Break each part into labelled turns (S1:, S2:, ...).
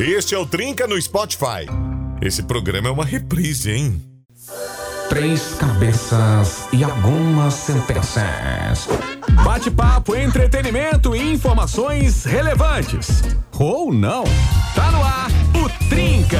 S1: Este é o Trinca no Spotify. Esse programa é uma reprise, hein?
S2: Três cabeças e algumas sentenças.
S3: Bate-papo, entretenimento e informações relevantes. Ou não. Tá no ar o Trinca.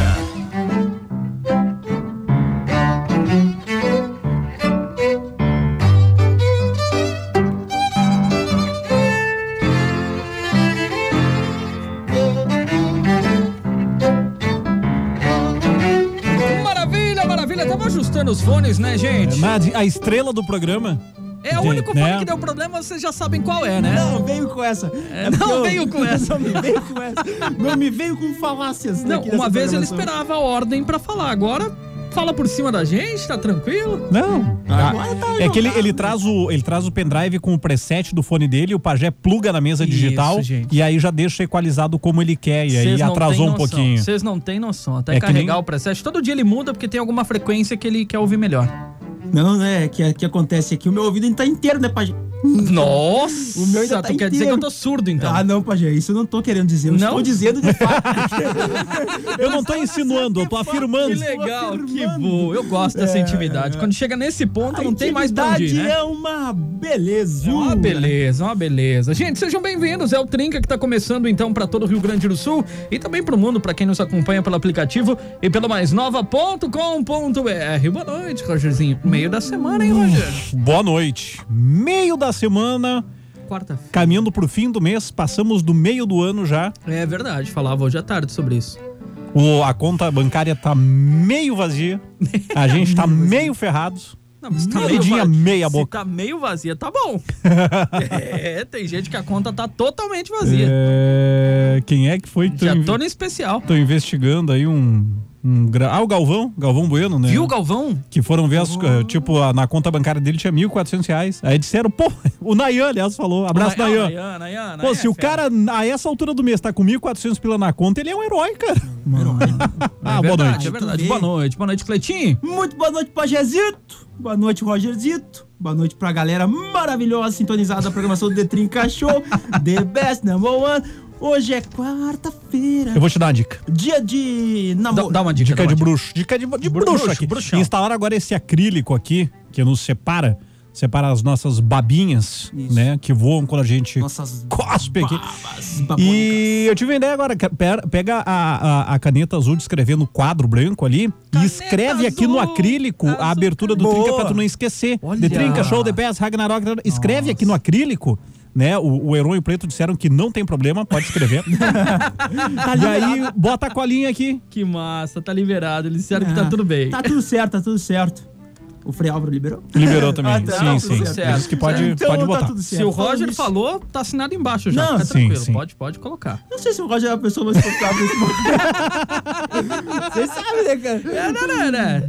S4: Maravilha, maravilha. Tava ajustando os fones, né, gente?
S5: É, Mas a estrela do programa?
S4: É o único
S5: né?
S4: fone que deu problema, vocês já sabem qual é, né?
S6: Não veio com essa.
S4: É, não
S6: porque eu-
S4: veio com essa.
S6: Não me veio com essa. Não me veio com falácias.
S4: Não,
S6: daqui dessa
S4: uma vez ele
S6: programação.
S4: esperava a ordem pra falar. Agora fala por cima da gente, tá tranquilo?
S5: Não.
S6: Agora tá
S5: É que ele,
S6: jogado.
S5: ele, traz o, ele traz o pendrive com o preset do fone dele, o pajé pluga na mesa digital
S4: Isso, gente.
S5: e aí já deixa equalizado como ele quer. E aí
S4: Vocês não têm
S5: atrasou um
S4: noção,
S5: pouquinho.
S4: Vocês não têm noção. Até
S5: É que
S4: carregar
S5: nem-
S4: o preset. Todo dia ele muda porque tem alguma frequência que ele quer ouvir melhor.
S6: Não, né? Que, que acontece aqui. O meu ouvido ainda tá inteiro, né, Pajé?
S4: Nossa!
S6: O meu ainda tá
S4: tu quer dizer que eu
S6: inteiro.
S4: tô surdo, então.
S6: Ah, não, Pajé. Isso eu não tô querendo dizer. Eu
S4: Não?
S6: estou dizendo de fato.
S5: Eu não tô insinuando, eu tô
S4: que
S5: afirmando.
S4: legal,
S6: tô
S4: que
S6: afirmando.
S4: bom. Eu gosto dessa intimidade. Quando chega nesse ponto, não tem mais pra onde ir,
S6: Intimidade
S4: né? É
S6: é uma beleza.
S4: Uma beleza, uma beleza. Gente, sejam bem-vindos. É o Trinca que tá começando então pra todo o Rio Grande do Sul e também pro mundo, pra quem nos acompanha pelo aplicativo e pelo maisnova.com.br. Boa noite, Rogerzinho. Meio da semana, hein, Roger?
S5: Boa noite. Meio da semana,
S4: Quarta-feira.
S5: caminhando pro fim do mês, passamos do meio do ano já.
S4: É verdade, falava hoje à tarde sobre isso.
S5: O, a conta bancária tá meio vazia. A gente tá meio ferrado.
S4: Não, mas
S5: Medinha
S4: va-
S5: meia
S4: se
S5: boca.
S4: tá meio vazia, tá bom. é, tem gente que a conta tá totalmente vazia.
S5: É, quem é que foi que tu
S4: Já
S5: inv-
S4: tô no especial.
S5: Tô investigando aí um. um gra- ah, o Galvão, Galvão Bueno, né?
S4: Viu, Galvão?
S5: Que foram ver, as, eh, tipo, a- na conta bancária dele tinha 1.400 reais. Aí disseram, pô, o Nayan, aliás, falou. Abraço,
S4: Ah,
S5: Nayan.
S4: Nayan, Nayan,
S5: Pô,
S4: Nayan, é
S5: se o
S4: fera.
S5: cara, a essa altura do mês, tá com 1.400 pila na conta, ele é um herói, cara. ah,
S4: Hum. é
S5: boa
S4: verdade,
S5: noite.
S4: É verdade.
S6: Tudo
S4: Boa
S6: bem?
S4: noite, boa noite, Cleitinho.
S6: Muito boa noite, Pajezito. Boa noite, Rogerzito. Boa noite pra galera maravilhosa sintonizada da programação do The Trinca Show. The Best Number One. Hoje é quarta-feira.
S5: Eu vou te dar uma dica.
S6: Dia de
S4: Dá,
S6: namoro.
S4: dá um- uma dica.
S5: Dica
S4: dá uma
S5: de bruxo. Dica de, de
S4: Bruxo,
S5: bruxo, aqui.
S4: bruxão.
S5: Instalaram agora esse acrílico aqui, que nos separa. Separa as nossas babinhas,
S6: Isso.
S5: né? Que voam quando a gente
S6: Nossas
S5: cospe aqui.
S6: babas babônicas.
S5: E eu tive uma ideia agora. que pe- Pega a, a- a caneta azul de escrever no quadro branco ali e escreve aqui no
S4: azul,
S5: acrílico
S4: azul,
S5: a abertura do
S6: Boa.
S5: Trinca pra tu não esquecer.
S4: Olha.
S5: The Trinca, Show, The Pass, Ragnarok. Escreve aqui no acrílico. Né? O, o Heron e o Preto disseram que não tem problema, pode escrever. e aí, bota a colinha aqui.
S4: Que massa, tá liberado. Eles disseram que tá
S6: Ah,
S4: tudo bem.
S6: Tá tudo certo, tá tudo certo. O Frei Álvaro liberou?
S5: Liberou também.
S6: Ah, tá.
S5: sim,
S6: Não,
S5: sim.
S6: tudo certo.
S5: Diz que pode,
S6: Então
S5: pode
S6: tá
S5: botar.
S6: tudo
S4: Se
S6: certo.
S4: o
S6: Falando
S4: Roger
S6: nisso,
S4: falou, tá assinado embaixo já.
S6: Não,
S4: fica
S5: sim,
S4: tranquilo.
S5: sim.
S4: Pode, pode colocar.
S6: Não sei se o Roger é a pessoa mais confortável desse mundo. Vocês sabem, né, cara?
S4: É, não, não, né.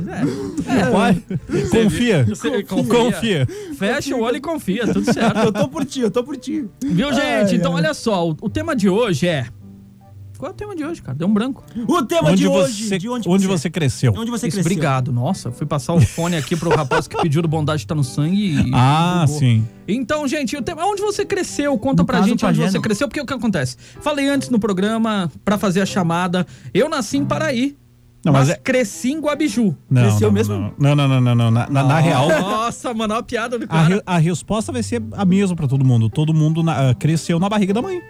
S5: Pode. Confia.
S4: Você confia.
S5: Confia.
S4: Fecha o olho e confia, tudo certo.
S6: Eu tô por ti, eu tô por ti.
S4: Viu, gente?
S6: Ai,
S4: então,
S6: ai.
S4: olha só, o, o tema de hoje é. Qual é o tema de hoje, cara? Deu um branco.
S6: O tema
S5: Onde
S6: de hoje,
S5: você,
S6: de
S5: onde,
S6: onde,
S5: você cresceu.
S6: onde você
S4: Isso,
S6: cresceu.
S4: Obrigado. Nossa, eu fui passar o fone aqui pro rapaz que pediu do Bondade Tá no Sangue. E
S5: Ah,
S4: bugou.
S5: sim.
S4: Então, gente, o tema, onde você cresceu? Conta
S6: No
S4: pra
S6: caso,
S4: gente
S6: pra
S4: onde
S6: Jana.
S4: você cresceu, porque o que acontece? Falei antes no programa, pra fazer a chamada, eu nasci em Paraí,
S5: Não,
S4: mas,
S5: mas é-
S4: cresci em Guabiju.
S5: Não,
S6: Cresceu
S5: não,
S6: mesmo? Ah.
S5: Não, não, não, não. não. Na, na- na real,
S4: Nossa, mano, olha a piada do
S5: a,
S4: cara.
S5: re- a resposta vai ser a mesma pra todo mundo. Todo mundo na- ah, cresceu na barriga da mãe,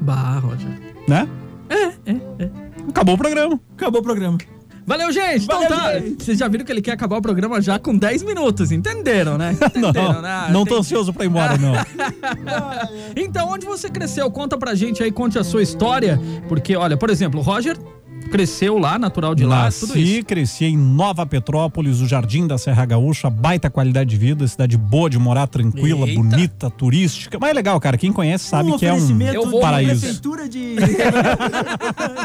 S4: Bah, Roger.
S5: né? É, é, é. Acabou o programa.
S6: Acabou o programa.
S4: Valeu, gente!
S6: Valeu,
S4: então tá.
S6: gente.
S4: Vocês já viram que ele quer acabar o programa já com 10 minutos, entenderam, né? Entenderam,
S5: não, não tô ansioso pra ir embora, não.
S4: Então, onde você cresceu? Conta pra gente aí, conte a sua história. Porque, olha, por exemplo, o Roger cresceu lá, natural de lá, tudo
S5: Nasci,
S4: isso.
S5: cresci em Nova Petrópolis, o Jardim da Serra Gaúcha, baita qualidade de vida, cidade boa de morar, tranquila,
S4: Eita.
S5: bonita, turística. Mas é legal, cara. Quem conhece sabe
S6: um
S5: que é um.
S6: oferecimento
S4: Eu vou-
S6: da
S5: paraíso.
S6: prefeitura de...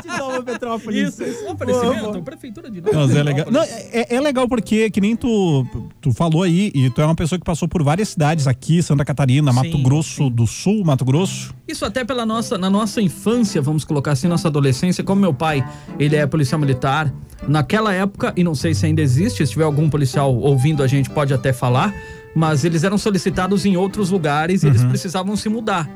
S6: de Nova Petrópolis.
S4: Isso, isso é um oferecimento,
S6: Boa,
S4: prefeitura de Nova
S5: Mas é legal.
S4: Petrópolis.
S5: Não, é, é legal porque, que nem tu, tu falou aí, e tu é uma pessoa que passou por várias cidades aqui, Santa Catarina, Mato
S4: Sim,
S5: Grosso do Sul, Mato Grosso.
S4: Isso até pela nossa, na nossa infância, vamos colocar assim, nossa adolescência, como meu pai, ele é policial militar, naquela época, e não sei se ainda existe, se tiver algum policial ouvindo a gente pode até
S5: Uhum.
S4: falar, mas eles eram solicitados em outros lugares e eles precisavam se mudar.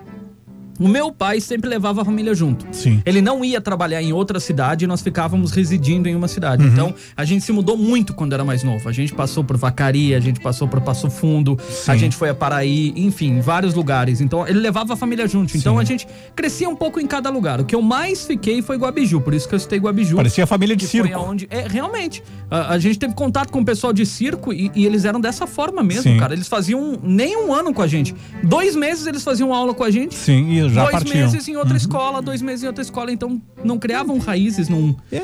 S4: O meu pai sempre levava a família junto.
S5: Sim.
S4: Ele não ia trabalhar em outra cidade e nós ficávamos residindo em uma cidade.
S5: Uhum.
S4: Então, a gente se mudou muito quando era mais novo. A gente passou por Vacaria, a gente passou por Passo Fundo, a gente foi a Paraí, enfim, vários lugares. Então, ele levava a família junto. Então, a gente crescia um pouco em cada lugar. O que eu mais fiquei foi Guabiju, por isso que eu citei Guabiju.
S5: Parecia a família de
S4: que foi
S5: circo.
S4: aonde- é, realmente. A, a gente teve contato com o pessoal de circo e, e eles eram dessa forma mesmo,
S5: Sim.
S4: cara. Eles faziam nem um ano com a gente. Dois meses eles faziam aula com a gente
S5: Sim, e já
S4: dois
S5: partiam. Uhum.
S4: meses em outra escola, dois meses em outra escola, então não criavam raízes num.
S5: É.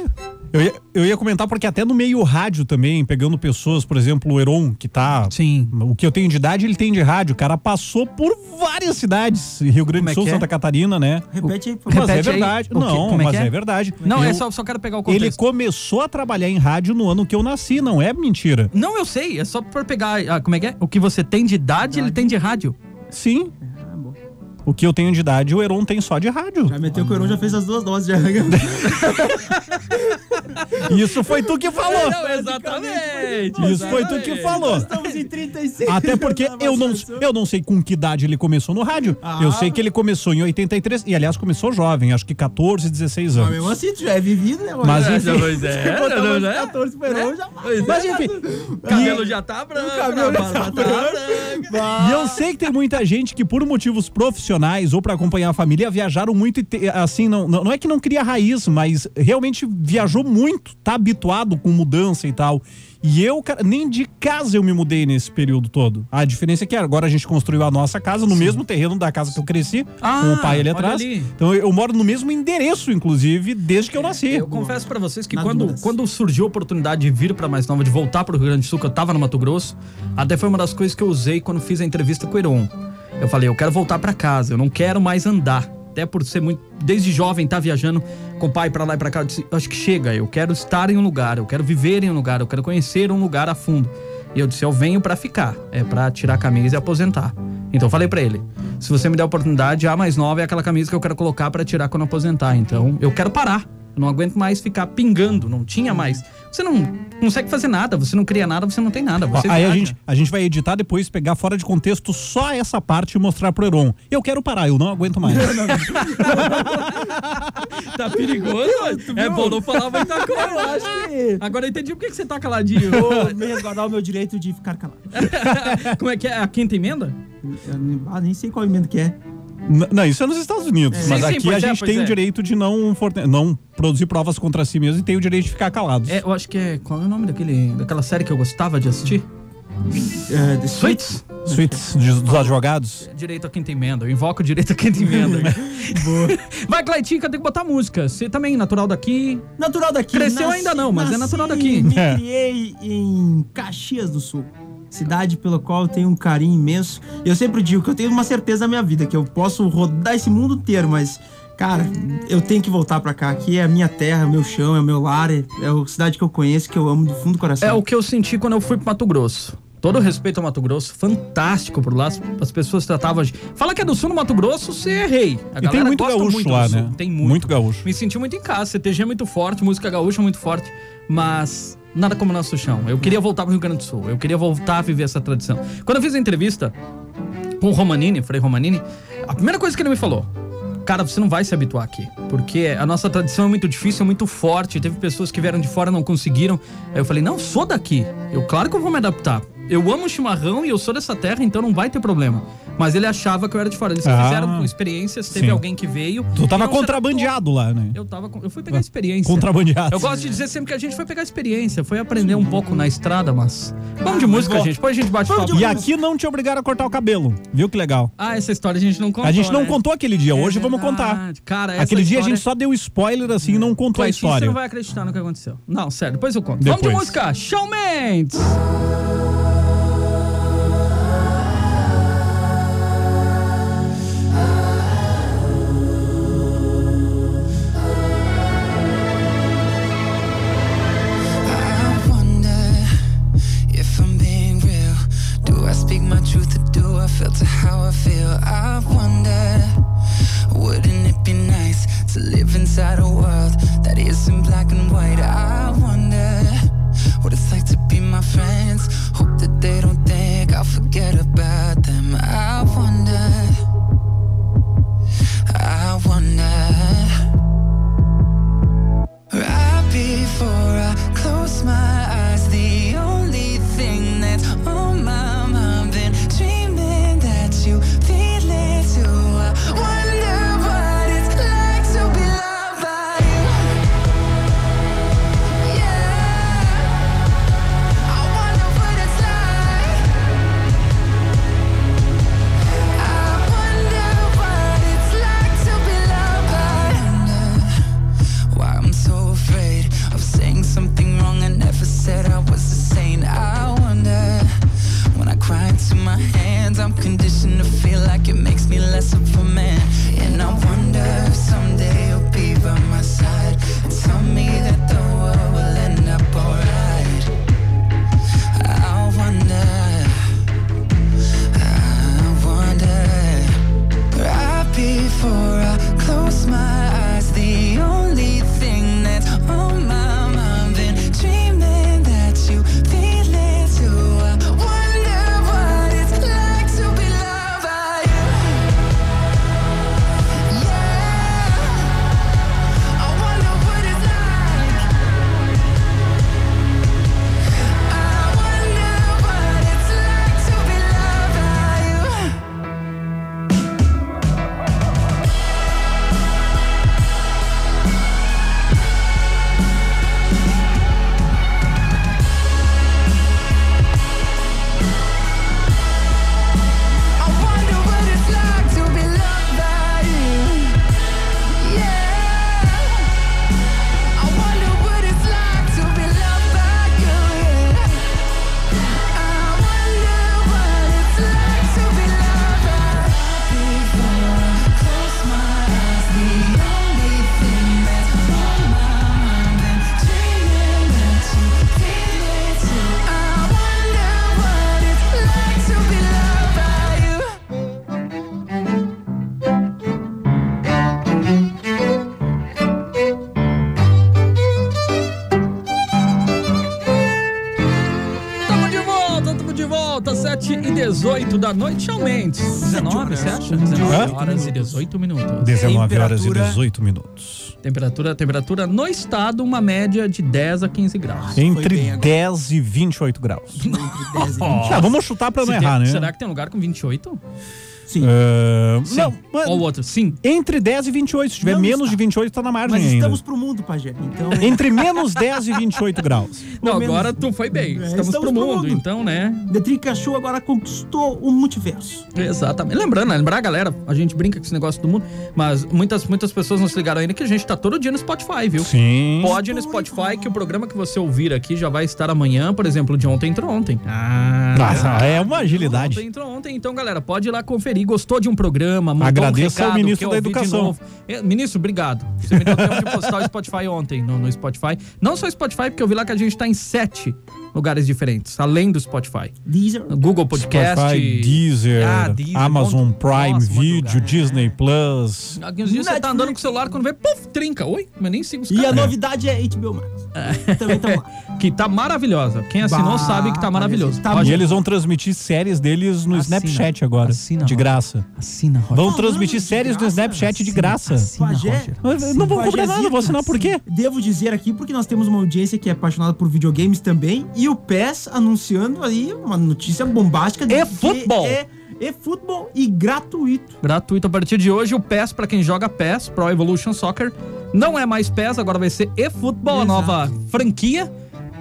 S5: Eu ia, eu ia comentar porque até no meio rádio também, pegando pessoas, por exemplo, o Heron, que tá.
S4: Sim.
S5: O que eu tenho de idade, ele tem de rádio. O cara passou por várias cidades. Rio
S4: Como
S5: Grande do
S4: é
S5: Sul,
S4: que é?
S5: Santa Catarina, né?
S6: Repete aí, por
S5: Mas
S6: favor.
S5: é
S4: Repete aí,
S5: verdade.
S4: o quê?
S5: Não,
S4: Como é
S5: mas
S4: que
S5: é?
S4: é?
S5: verdade.
S4: Não,
S5: Eu-
S4: é só, só quero pegar o contexto.
S5: Ele começou a trabalhar em rádio no ano que eu nasci, não é mentira.
S4: Não, eu sei, é só pra pegar. ah, como é que é? O que você tem de idade, ele tem de rádio.
S5: Sim.
S6: Ah, bom.
S5: O que eu tenho de idade, o Heron tem só de rádio.
S6: Já meteu o Coron, já fez as duas doses. Já.
S5: Isso foi tu que falou.
S4: Não, exatamente.
S5: Isso foi tu que falou.
S6: Estamos em 35.
S5: Até porque eu
S6: é
S5: não, eu não sei com que idade ele começou no rádio.
S4: Ah.
S5: Eu sei que ele começou em 83 e, aliás, começou jovem, acho que 14, 16
S6: Mas mesmo
S5: anos.
S6: assim, tu já é vivido, né? mano?
S5: Mas
S6: Já-
S5: enfim.
S6: já-
S4: Pois é,
S6: Se botar
S4: não,
S6: mais
S4: não é?
S6: 14 pro Heron, já vai.
S4: Pois é.
S5: Mas enfim,
S4: O cabelo já tá branco,
S6: cabelo
S4: a barba
S6: já
S4: tá
S6: tá branca.
S4: branca.
S5: E eu sei que tem muita gente que, por motivos profissionais ou pra acompanhar a família, viajaram muito e te- assim, não, não não é que não cria raiz, mas realmente viajou muito, tá habituado com mudança e tal. E eu, cara, nem de casa eu me mudei nesse período todo. A diferença é que agora a gente construiu a nossa casa no mesmo terreno da casa que eu cresci,
S4: Ah,
S5: com o pai ali
S4: olha
S5: atrás.
S4: ali. É,
S5: Então eu, eu moro no mesmo endereço, inclusive, desde que eu nasci.
S4: Eu confesso pra vocês que
S6: Na
S4: quando,
S6: dúvida.
S4: quando surgiu a oportunidade de vir pra Mais Nova, de voltar pro Rio Grande do Sul, que eu tava no Mato Grosso, até foi uma das coisas que eu usei quando fiz a entrevista com o Heron. Eu falei, eu quero voltar pra casa, eu não quero mais andar. Até por ser muito. Desde jovem, tá viajando com o pai pra lá e pra cá. Eu disse, acho que chega, eu quero estar em um lugar, eu quero viver em um lugar, eu quero conhecer um lugar a fundo. E eu disse, eu venho pra ficar, é pra tirar a camisa e aposentar. Então eu falei pra ele, se você me der a oportunidade, a mais nova é aquela camisa que eu quero colocar pra tirar quando eu aposentar. Então eu quero parar. Eu não aguento mais ficar pingando, não tinha mais. Você não consegue fazer nada, você não cria nada, você não tem nada.
S5: Ó,
S4: Você
S5: aí a
S4: viaja.
S5: gente, a gente vai editar depois, pegar fora de contexto só essa parte e mostrar pro Heron. Eu quero parar, eu não aguento mais.
S4: Tá perigoso, mas é bom não É. falar muita
S6: Eu
S4: coisa.
S6: acho que.
S4: Agora eu entendi por que que você tá caladinho.
S6: Vou me resguardar o meu direito de ficar calado.
S4: Como é que é? A quinta emenda?
S6: Eu nem- ah, nem sei qual emenda que é.
S5: N- não, isso é nos Estados Unidos.
S4: É. Sim,
S5: Mas
S4: sim,
S5: aqui
S4: pois
S5: a
S4: é,
S5: gente
S4: pois
S5: tem
S4: é.
S5: o direito de não, forne- não produzir provas contra si mesmo e tem o direito de ficar calados.
S4: É, eu acho que é. Qual é o nome daquele, daquela série que eu gostava de assistir?
S6: É, The Sweet.
S4: Suits?
S5: Suítes de- dos advogados.
S4: Direito à quinta emenda. Eu invoco o direito à quinta emenda. né? Vai, Cleitinha, tem que botar música. Você também, natural daqui.
S6: Natural daqui.
S4: Cresceu ainda não, mas é natural daqui.
S6: Me
S5: É.
S6: criei em Caxias do Sul. Cidade pela qual eu tenho um carinho imenso. E Eu sempre digo que eu tenho uma certeza na minha vida, que eu posso rodar esse mundo inteiro, mas, cara, eu tenho que voltar pra cá. Aqui é a minha terra, é o meu chão, é o meu lar, é, é a cidade que eu conheço, que eu amo do fundo do coração.
S4: É o que eu senti quando eu fui pro Mato Grosso. Todo respeito ao Mato Grosso, fantástico por lá. As- As pessoas tratavam de. Fala que é do sul no Mato Grosso, você errei. A
S5: E tem
S4: galera
S5: muito
S4: gosta
S5: gaúcho
S4: muito do
S5: lá,
S4: sul,
S5: né?
S4: Tem muito.
S5: Muito gaúcho.
S4: Me senti muito em casa, CTG é muito forte, música gaúcha é muito forte, mas nada como o nosso chão. Eu queria voltar pro Rio Grande do Sul, eu queria voltar a viver essa tradição. Quando eu fiz a entrevista com o Romanini, Frei Romanini, a primeira coisa que ele me falou. Cara, você não vai se habituar aqui, porque a nossa tradição é muito difícil, é muito forte. Teve pessoas que vieram de fora e não conseguiram. Aí eu falei, não, sou daqui. Eu claro que eu vou me adaptar. Eu amo chimarrão e eu sou dessa terra, então não vai ter problema. Mas ele achava que eu era de fora. Eles
S5: Ah,
S4: fizeram experiências, teve
S5: sim.
S4: alguém que veio. e
S5: Tu tava
S4: não tá se adaptou.
S5: contrabandeado lá, né?
S4: Eu tava com- Eu fui pegar experiência.
S5: Contrabandeado.
S4: Eu gosto de dizer sempre que a gente foi pegar experiência, foi aprender um pouco na estrada, mas. Vamos de música, gente. Depois a gente bate papo.
S5: E aqui não te obrigaram a cortar o cabelo. Viu que legal?
S4: Ah, essa história a gente não contou.
S5: a gente não
S4: né?
S5: contou aquele dia, hoje
S4: É
S5: vamos contar.
S4: verdade. Cara, essa
S5: Aquele dia a
S4: história-
S5: gente só deu spoiler assim e não contou a
S4: Cleitinho, Você
S5: história.
S4: não vai acreditar no que aconteceu. Não, sério, depois eu conto. Vamos
S5: Depois.
S4: de música. Shawn Mendes.
S7: I wonder if I'm being real. Do I speak my truth or do I filter how I feel? I wonder, wouldn't it be nice to live inside a world that isn't black and white? I wonder what it's like to be my friends. Hope that they don't think I'll forget about them. I wonder. wonder. Right before I close my eyes, the only thing that's on my mind, been dreaming that you feel it too. I wonder what it's like to be loved by you. Yeah, I wonder what it's like. I wonder what it's like to be loved by. Why I'm so afraid of saying something wrong. I never said I was a saint. I wonder when I cry into my hands. I'm conditioned to feel like it makes me less of a man. And I wonder if someday you'll be by my side. and Tell me that the world will end up alright. I wonder. I wonder right before I close my eyes, the only thing that's on my mind, been dreaming that you feel it too. I wonder what it's like to be loved by you. Yeah, I wonder what it's like. I wonder what it's like to be loved by you. I wonder what it's like to be loved by you. Yeah. I wonder what it's like to be loved by you. I wonder what it's like to be loved by before I close my eyes. The only thing that's on my mind and dreaming that you feel it too. I wonder what it's like to be loved by you.
S4: Tamo de volta, tamo de volta, 7 e 18 da noite, aumente. 19, você acha? 19 horas e 18 minutos.
S5: 19 horas e
S6: Temperatura.
S5: 18 minutos.
S4: Temperatura, temperatura no estado, uma média de 10 a 15 graus.
S6: bem
S5: Entre
S6: agora.
S5: 10 e 28 graus.
S6: Entre 10 e 20.
S5: Tá, vamos chutar pra não
S4: Se
S5: errar,
S4: tem-
S5: né?
S4: Será que tem um lugar com 28?
S6: Sim.
S5: Ah,
S4: Sim.
S5: não, mas-
S4: Ou outro? Sim.
S5: entre 10 e 28. Se tiver
S6: Não
S5: menos
S6: está.
S5: de 28, tá na margem
S6: Mas
S5: ainda.
S6: estamos pro mundo, pajé. Então,
S5: Entre menos 10 e 28 graus.
S4: Não,
S6: Ou menos.
S4: agora tu foi bem.
S6: É,
S4: Estamos, pro, mundo, então, né?
S6: The Trick Show agora conquistou o multiverso.
S4: Exatamente. Lembrando, né? lembrar, galera, a gente brinca com esse negócio do mundo, mas muitas, muitas pessoas não se ligaram ainda que a gente tá todo dia no Spotify, viu?
S5: Sim.
S4: Pode ir no Spotify que o programa que você ouvir aqui já vai estar amanhã, por exemplo, de ontem entrou ontem. Ah,
S5: Nossa, é uma
S4: Ontem
S5: agilidade.
S4: entrou ontem, então, galera, pode ir lá conferir. Gostou de um programa? mandou
S5: Agradeço ao
S4: recado,
S5: ministro
S4: quer
S5: da
S4: ouvir de
S5: Educação.
S4: novo. É, ministro, obrigado. Você me deu tempo de postar o Spotify ontem no, no Spotify. Não só Spotify, porque eu vi lá que a gente tá em sete lugares diferentes, além do Spotify.
S6: Deezer.
S4: Google Podcast.
S5: Spotify, Deezer,
S4: Ah, Deezer,
S5: Amazon
S4: bom-
S5: Prime
S4: Nossa, bom É.
S5: Video,
S4: lugar.
S5: Disney Plus.
S4: Alguns dias você tá
S6: Netflix.
S4: andando com o celular, quando vê, puf, trinca. Oi, mas nem sigo os
S6: E a
S4: caras.
S6: novidade é HBO Max. Também tá lá.
S4: Que tá maravilhosa. Quem É. assinou
S6: Bah,
S4: sabe que tá maravilhoso.
S6: tá
S4: Pode-
S5: E eles vão transmitir séries deles no
S4: Assina.
S5: Snapchat agora,
S4: Assina,
S5: de
S4: Roger.
S5: graça.
S4: Assina, Roger.
S5: Vão
S6: Falando
S5: transmitir
S6: de
S5: séries no
S6: graça,
S5: Snapchat de
S4: assina,
S5: graça.
S4: assina.
S6: Pajé.
S4: Roger.
S5: Mas Não vão comprar nada, vou assinar por quê?
S6: Devo dizer aqui, porque nós temos uma audiência que é apaixonada por videogames também, e o PES anunciando aí uma notícia bombástica de
S4: E
S6: que
S4: futebol.
S6: É, é futebol e gratuito.
S4: gratuito a partir de hoje. O PES, pra quem joga PES, Pro Evolution Soccer, não é mais PES, agora vai ser eFootball, a
S6: Exato.
S4: nova franquia.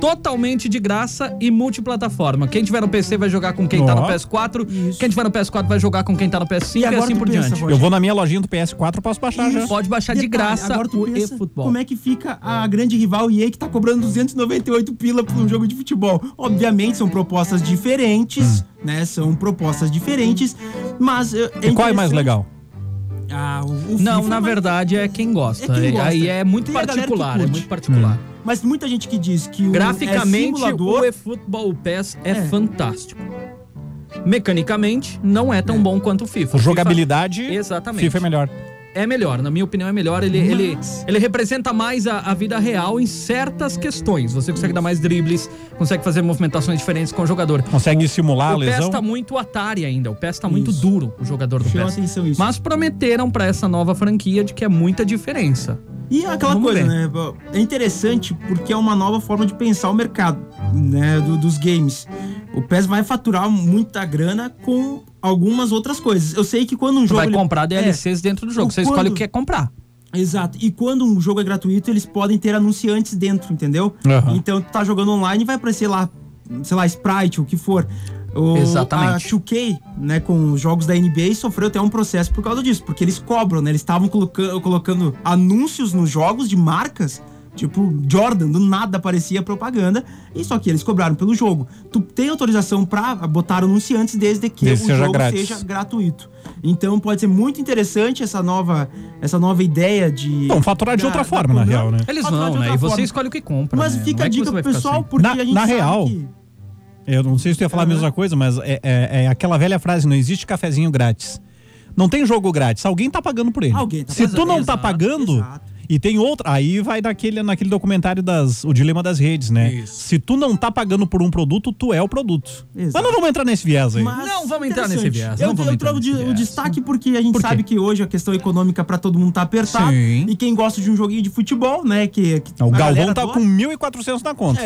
S4: Totalmente de graça e multiplataforma. Quem tiver no PC vai jogar com quem tá no
S5: Ó.
S4: PS4.
S6: Isso.
S4: Quem tiver no PS4 vai jogar com quem tá no PS5 e,
S6: E agora
S4: assim
S6: tu
S4: por
S6: pensa,
S4: diante.
S6: Roger.
S5: Eu vou na minha lojinha do PS4 e posso baixar Tá, já.
S4: Pode baixar de
S6: Detalhe,
S4: graça
S6: agora tu
S4: o
S6: pensa
S4: eFootball.
S6: Como é que fica a grande rival EA que tá cobrando 298 pila por um jogo de futebol? Obviamente são propostas diferentes,
S5: Hum.
S6: né? São propostas diferentes, mas eh, é
S5: E qual é mais
S6: interessante-
S5: legal?
S6: Ah, o,
S4: Não,
S6: o FIFA
S4: na
S6: é mais-
S4: verdade é quem gosta.
S6: É quem gosta.
S4: Aí é muito
S6: Tem a galera que
S4: particular, é
S6: curte.
S4: muito particular.
S6: Mas muita gente que diz que o é
S4: Graficamente,
S6: simulador,
S4: o eFootball PES é,
S6: É.
S4: fantástico. Mecanicamente, não é tão bom quanto o FIFA. O FIFA-
S5: Jogabilidade,
S4: Exatamente.
S5: FIFA é melhor.
S4: é melhor, na minha opinião é melhor. Ele, ele, ele representa mais a, a vida real em certas questões. Você consegue dar mais dribles, consegue fazer movimentações diferentes com o jogador.
S5: Consegue simular
S6: Ah,
S5: a
S4: o PES
S5: lesão?
S4: tá muito Atari ainda, o PES tá muito duro, o jogador do
S6: Chama
S4: PES.
S6: atenção isso.
S4: Mas prometeram pra essa nova franquia de que é muita diferença.
S6: E aquela
S4: Vamos
S6: coisa,
S4: ver.
S6: né? É interessante porque é uma nova forma de pensar o mercado, né? do- dos games. O PES vai faturar muita grana com algumas outras coisas. Eu sei que quando um jogo.
S4: Vai
S6: ele-
S4: comprar
S6: É,
S4: DLCs dentro do jogo,
S6: O
S4: você escolhe
S6: quando-
S4: o que quer comprar.
S6: exato. E quando um jogo é gratuito, eles podem ter anunciantes dentro, entendeu?
S5: Aham.
S6: Então, tu tá jogando online vai aparecer lá, sei lá, Sprite, o que for. O,
S4: Exatamente.
S6: A 2K, né, com os jogos da NBA, sofreu até um processo por causa disso, porque eles cobram, né? Eles estavam colocando, colocando anúncios nos jogos de marcas, tipo Jordan, do nada aparecia propaganda, e só que eles cobraram pelo jogo. Tu tem autorização pra botar anunciantes desde que
S5: Desde
S6: o
S5: seja
S6: jogo
S5: grátis.
S6: seja gratuito. Então pode ser muito interessante essa nova, essa nova ideia de.
S5: Bom, faturar de
S6: da-
S5: outra
S6: da
S5: forma, na
S6: programa-
S5: real, né?
S4: Eles
S6: Ah, tá, de
S4: vão, né?
S6: outra
S4: E você
S6: forma.
S4: escolhe o que compra.
S6: Mas
S4: né? Não
S6: fica
S4: é
S6: a
S4: que
S6: dica
S4: você
S6: pro
S4: vai ficar
S6: pessoal,
S4: assim.
S6: porque
S5: Na-
S6: a gente
S5: na
S6: sabe
S5: real,
S6: que-
S5: Eu não sei se tu ia falar a mesma coisa, mas é, é- é aquela velha frase: não existe cafezinho grátis. Não tem jogo grátis, alguém tá pagando por ele.
S6: Alguém tá
S5: se tu
S6: pagando,
S5: não tá
S6: exato,
S5: pagando
S6: exato.
S5: e tem outra, aí vai naquele, naquele documentário das o dilema das redes, né?
S4: Isso.
S5: Se tu não tá pagando por um produto, tu é o produto.
S6: Exato.
S5: Mas não vamos entrar nesse viés aí.
S6: Mas
S4: Não vamos entrar nesse
S6: interessante.
S4: viés, não
S6: Eu,
S4: vamos
S6: eu
S4: entrar
S6: trago de-
S4: nesse
S6: o
S4: viés.
S6: destaque porque a gente
S5: Por quê?
S6: sabe que hoje a questão econômica pra todo mundo tá apertada.
S4: Sim.
S6: E quem gosta de um joguinho de futebol, né? Que, que
S5: o
S6: a
S5: Galvão
S6: galera
S5: tá
S6: adora.
S5: com 1.400 na conta.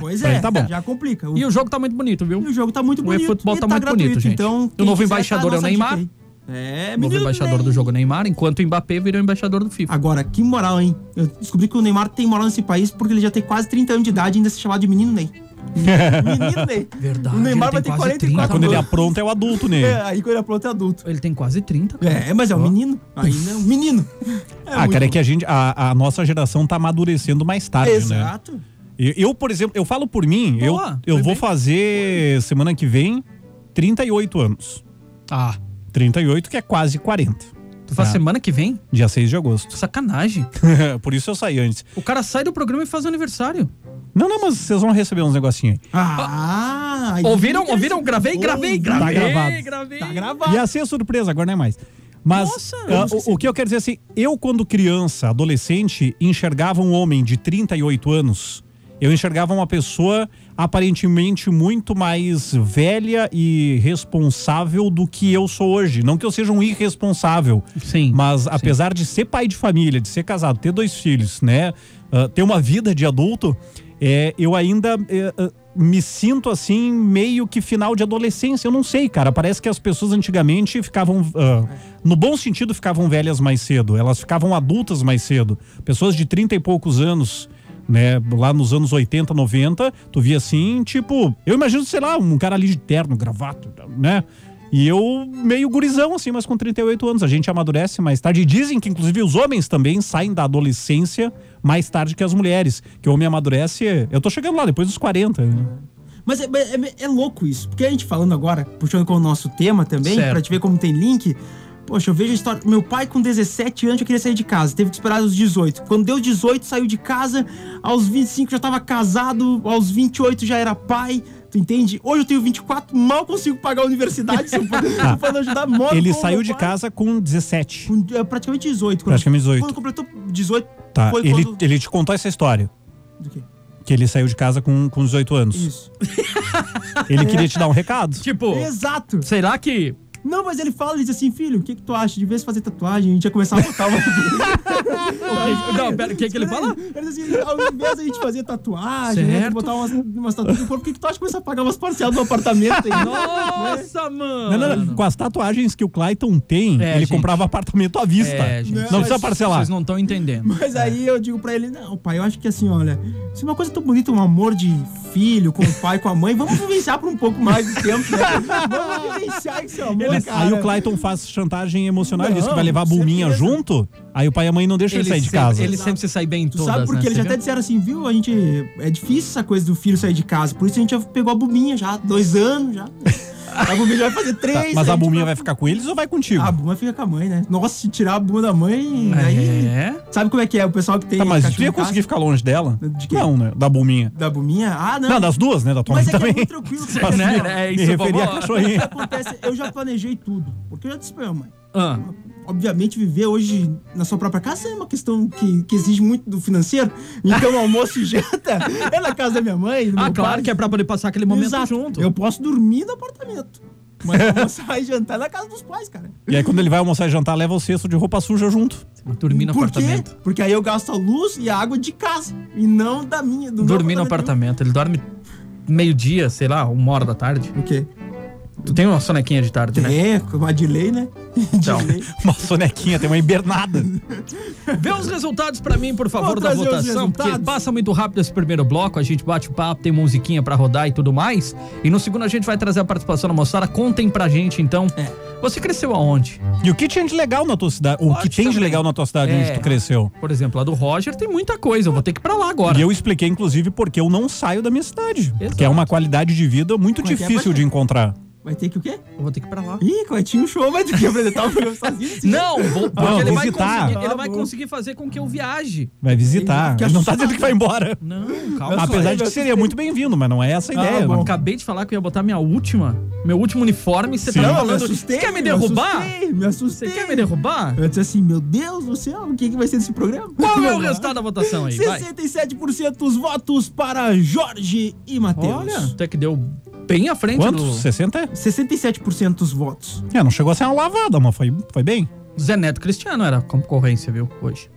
S6: Pois
S5: Mas
S6: é,
S5: tá bom.
S6: já complica. O,
S4: E o jogo tá muito bonito, viu?
S6: e o jogo tá muito
S4: o
S6: bonito.
S4: eFootball
S6: e
S4: tá muito bonito, gente.
S6: Então,
S4: O
S6: quem
S4: novo
S6: quiser, tá
S4: embaixador
S6: a
S4: é o
S6: nossa
S4: Neymar.
S6: dica aí. É,
S4: Novo
S6: menino
S4: embaixador do
S6: Ney.
S4: jogo Neymar, enquanto o Mbappé virou embaixador do FIFA.
S6: Agora, que moral, hein? Eu descobri que o Neymar tem moral nesse país porque ele já tem quase 30 anos de idade e ainda se chamado de menino Ney. menino Ney.
S4: Verdade,
S6: O
S4: ele
S6: Neymar vai
S4: tem
S6: ter
S4: quase
S6: 44
S5: Mas quando ele apronta, é o adulto nele.
S6: um É, aí quando ele apronta é adulto.
S4: Ele tem quase 30, cara.
S6: É, mas é um menino. Ainda é um menino. É
S5: ah,
S6: muito
S5: cara, é que a gente, a, a nossa geração tá amadurecendo mais tarde, né?
S6: Exato.
S5: Eu, eu, por exemplo, eu falo por mim,
S4: Boa,
S5: eu, eu
S4: foi
S5: vou
S4: bem.
S5: fazer semana que vem 38 anos.
S4: Ah,
S5: 38, que é quase 40.
S4: tu faz
S5: Ah.
S4: semana que vem?
S5: Dia 6 de agosto.
S4: Sacanagem.
S5: por isso eu saí antes.
S4: O cara sai do programa e faz aniversário.
S5: Não, não, mas vocês vão receber uns negocinhos aí.
S6: Ah, aí
S4: Ouviram?
S6: que
S4: Ouviram? Gravei, gravei,
S6: Tá
S4: gravei.
S5: gravado.
S4: Gravei.
S6: Tá gravado.
S5: Ia ser surpresa, agora não é mais. Mas
S4: Nossa,
S5: ah,
S4: eu não
S5: o, o que eu quero dizer assim, eu quando criança, adolescente, enxergava um homem de 38 anos, eu enxergava uma pessoa aparentemente muito mais velha e responsável do que eu sou hoje. Não que eu seja um irresponsável,
S4: Sim.
S5: mas apesar de ser pai de família, de ser casado, ter dois filhos, né, ah, ter uma vida de adulto, é, eu ainda é, ah, me sinto assim meio que final de adolescência. Eu não sei, cara. Parece que as pessoas antigamente ficavam, ah, no bom sentido, ficavam velhas mais cedo. Elas ficavam adultas mais cedo. Pessoas de 30 e poucos anos. Né, lá nos anos 80, 90, tu via assim, tipo, eu imagino, sei lá, um cara ali de terno, gravata, né? E eu meio gurizão, assim, mas com 38 anos. A gente amadurece mais tarde. E dizem que, inclusive, os homens também saem da adolescência mais tarde que as mulheres. Que o homem amadurece. Eu tô chegando lá, depois dos 40. Né?
S6: Mas é, é- é louco isso. Porque a gente falando agora, puxando com o nosso tema também,
S4: Certo.
S6: pra te ver como tem link. Poxa, eu vejo a história. Meu pai, com 17 anos, já queria sair de casa. Teve que esperar os 18. Quando deu 18, saiu de casa. Aos 25 já tava casado. Aos 28 já era pai. Tu entende? Hoje eu tenho 24, mal consigo pagar a universidade. se eu for, se eu for ajudar, moro
S5: Ele
S6: com o
S5: saiu
S6: meu
S5: de
S6: pai.
S5: casa com 17.
S6: Com, é, praticamente 18. Quando,
S5: Praticamente 18.
S6: Quando completou 18,
S5: Tá.
S6: foi
S5: Ele,
S6: quando...
S5: ele te contou essa história.
S6: Do quê?
S5: Que ele saiu de casa com, com 18 anos.
S6: Isso.
S5: Ele queria te dar um recado.
S4: Tipo,
S6: Exato.
S4: será que
S6: Não, mas ele fala, ele diz assim, filho, o que, que tu acha? De vez em fazer tatuagem, a gente ia começar a botar uma...
S4: Não, pera, o que que ele fala?
S6: Ele diz assim, ao invés de a gente fazer tatuagem, né,
S4: Certo.
S6: botar umas, umas tatuagens no corpo, o que, que tu acha de começar a pagar umas parcelas do apartamento aí?
S4: Nossa, mano!
S5: Não, não, não. Com as tatuagens que o Clayton tem,
S4: É,
S5: ele
S4: gente.
S5: comprava apartamento à vista.
S4: É, gente,
S5: não
S4: vocês-
S5: precisa parcelar.
S4: Vocês não estão entendendo.
S6: Mas aí eu digo pra ele, não, pai, eu acho que assim, olha, se uma coisa tão bonita, um amor de filho, com o pai, com a mãe, vamos vivenciar por um pouco mais de tempo, né? Vamos vivenciar esse amor, cara.
S5: Aí o Clayton faz chantagem emocional, ele diz que
S6: Não,
S5: vai levar a
S6: com
S5: bulminha
S6: certeza.
S5: junto, aí o pai e a mãe não deixam ele, sair de
S4: sempre,
S5: casa.
S4: Ele sempre se sai bem em
S6: Tu
S4: todas,
S6: sabe porque
S4: né?
S6: eles
S4: Você
S6: até
S4: viu?
S6: disseram assim, viu? A gente. É difícil essa coisa do filho sair de casa. Por isso a gente já pegou a buminha já, dois anos já. A buminha já vai fazer três.
S5: Tá,
S6: aí
S5: mas a
S6: gente
S5: bulminha vai
S6: vai-
S5: ficar com eles ou vai contigo? Tá,
S6: A buma fica com a mãe, né? Nossa, se tirar a buma da mãe, aí.
S4: É.
S6: Sabe como é que é? O pessoal que tem.
S5: tá, mas
S6: cachorro
S5: tu ia
S6: em casa,
S5: conseguir ficar longe dela?
S6: De quê?
S5: não, né? Da bulminha.
S6: Da buminha? Ah, não.
S5: Não, das duas, né? Da tua
S6: mas
S5: mãe
S6: é que é
S5: também.
S6: muito tranquilo. porque
S4: Né?
S6: assim, ó,
S4: É
S5: Me
S4: isso,
S5: referi à
S4: vamos lá.
S5: cachorrinha.
S6: Acontece, eu já planejei tudo. Porque eu já disse pra minha mãe.
S4: Ah,
S6: obviamente, viver hoje na sua própria casa é uma questão que, que exige muito do financeiro. Então, almoço e janta é na casa da minha mãe. do
S4: Ah,
S6: meu
S4: claro
S6: pai.
S4: que é pra poder passar aquele momento
S6: Exato.
S4: junto.
S6: Eu posso dormir no apartamento. Mas almoçar e jantar na casa dos pais, cara.
S5: E aí, quando ele vai almoçar e jantar, leva o cesto de roupa suja junto.
S4: Dormir no
S6: Por quê?
S4: apartamento.
S6: Porque aí eu gasto a luz e a água de casa. E não da minha. Do meu
S4: Dormir no apartamento. Ele dorme meio-dia, sei lá, uma hora da tarde.
S6: O quê?
S4: Tu tem uma sonequinha de tarde, né?
S6: É, com uma delay, né?
S4: Então.
S6: Delay.
S5: Uma sonequinha, tem uma hibernada.
S4: Vê os resultados pra mim, por favor,
S6: Vou
S4: da
S6: trazer os
S4: votação, porque
S6: resultados.
S4: passa muito rápido esse primeiro bloco, a gente bate o papo, tem musiquinha pra rodar e tudo mais. E no segundo a gente vai trazer a participação da moçada. Contem pra gente, então.
S6: É.
S4: Você cresceu aonde?
S5: E o que tinha de legal na tua cidade? O que
S4: Pode
S5: tem de
S4: também.
S5: legal na tua cidade onde
S4: É.
S5: tu cresceu?
S4: Por exemplo, a do Roger tem muita coisa, eu vou ter que ir pra lá agora.
S5: E eu expliquei, inclusive, porque eu não saio da minha cidade. Que é uma qualidade de vida muito
S6: Como é que é,
S5: difícil de
S6: Paixão?
S5: encontrar.
S6: Vai ter que o quê?
S4: Eu vou ter que ir pra lá.
S6: Ih, Coitinho show, vai ter que apresentar o programa sozinho. assim.
S4: Não, vou, porque
S5: Não,
S4: ele, vai
S5: visitar.
S4: conseguir, ele
S6: Tá
S4: vai
S6: bom.
S4: conseguir fazer com que eu viaje.
S5: Vai visitar.
S6: Ele
S5: Ele não tá
S6: assustar.
S5: dizendo que vai embora.
S4: Não, Ah, calma.
S5: Apesar de que seria muito bem-vindo, mas não é essa a ideia.
S4: Eu
S5: não.
S4: acabei de falar que eu ia botar minha última, meu último uniforme e você tá
S6: Não, me
S4: falando.
S6: assustei,
S4: quer me derrubar?
S6: Me assustei, me assustei.
S4: Você quer me derrubar?
S6: Eu disse assim, meu Deus do céu, o que, que vai ser desse programa?
S4: Qual é o
S6: Vamos lá.
S4: resultado da votação aí? Vai.
S6: 67% dos votos para Jorge e Matheus.
S4: Olha, É, até que deu bem à frente
S5: Quantos?
S4: do
S5: 60?
S6: 67% dos votos.
S5: É, não chegou a ser uma lavada, mas foi, foi bem.
S4: Zé Neto Cristiano, era concorrência, viu, hoje.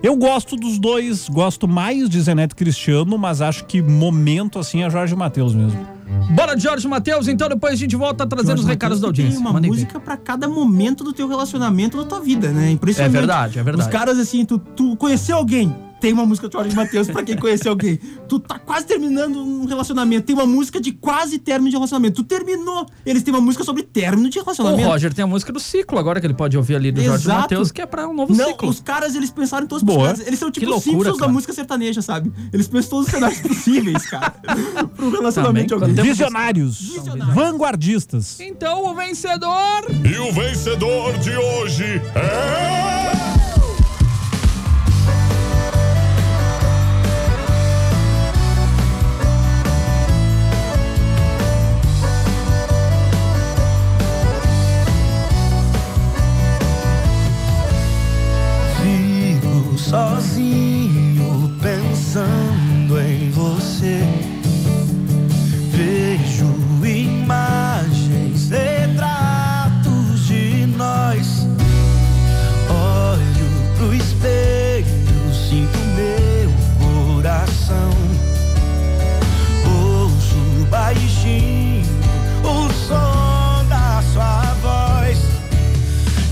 S5: Eu gosto dos dois, gosto mais de Zeneto Cristiano, mas acho que momento assim é Jorge Matheus mesmo.
S4: Bora de Jorge Matheus, então depois a gente volta trazendo os
S6: Jorge
S4: recados
S6: Mateus
S4: da
S6: que
S4: audiência.
S6: Tem uma
S4: Mandem ver.
S6: música pra cada momento do teu relacionamento, da tua vida, né? Impressionante.
S4: É verdade, é verdade.
S6: Os caras, assim, tu, tu conheceu alguém, tem uma música do Jorge Matheus pra quem conheceu alguém. Tu tá quase terminando um relacionamento, tem uma música de quase término de relacionamento. Tu terminou, eles têm uma música sobre término de
S4: O
S6: relacionamento.
S4: Roger tem a música do ciclo agora que ele pode ouvir ali do Jorge
S6: Exato.
S4: Matheus, que é pra um novo
S6: Não,
S4: ciclo.
S6: os caras, eles pensaram em todos
S5: Boa.
S6: os caras. Eles são tipo
S4: Que loucura,
S6: Simpsons
S4: cara.
S6: da música sertaneja, sabe? Eles pensam todos os cenários possíveis, cara. Pro
S4: Também,
S6: relacionamento de
S4: quando
S6: alguém.
S4: tem-
S5: Visionários,
S6: Visionários.
S5: vanguardistas.
S4: Então o vencedor.
S1: E o vencedor de hoje é.
S8: Fico sozinho pensando em você. Vejo imagens, retratos de nós. Olho pro espelho, sinto meu coração. Ouço baixinho o som da sua voz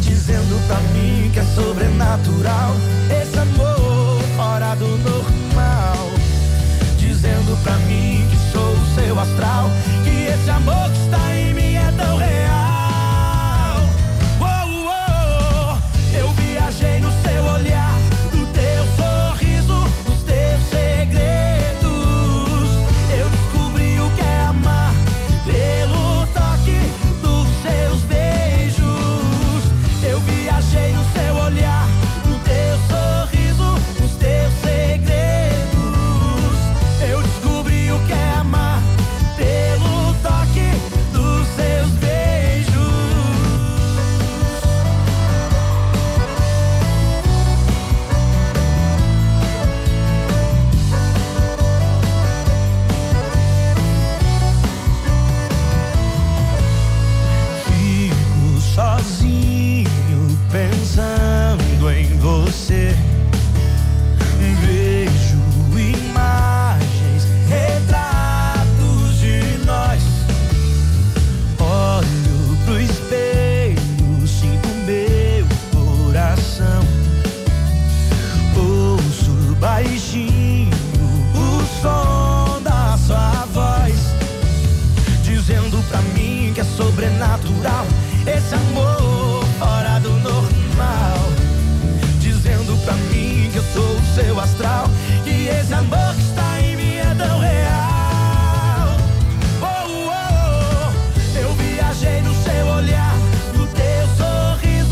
S8: dizendo pra mim que é sobrenatural esse amor fora do normal, dizendo pra mim que sou o seu astral, que esse amor que está em mim é tão real. Uou, uou, eu viajei no seu olhar, no teu sorriso, nos teus segredos. Eu descobri o que é amar pelo toque dos seus beijos. Eu viajei no seu olhar, no teu sorriso, nos teus segredos. Eu descobri o que é amar pelo toque dos é é Oh, é é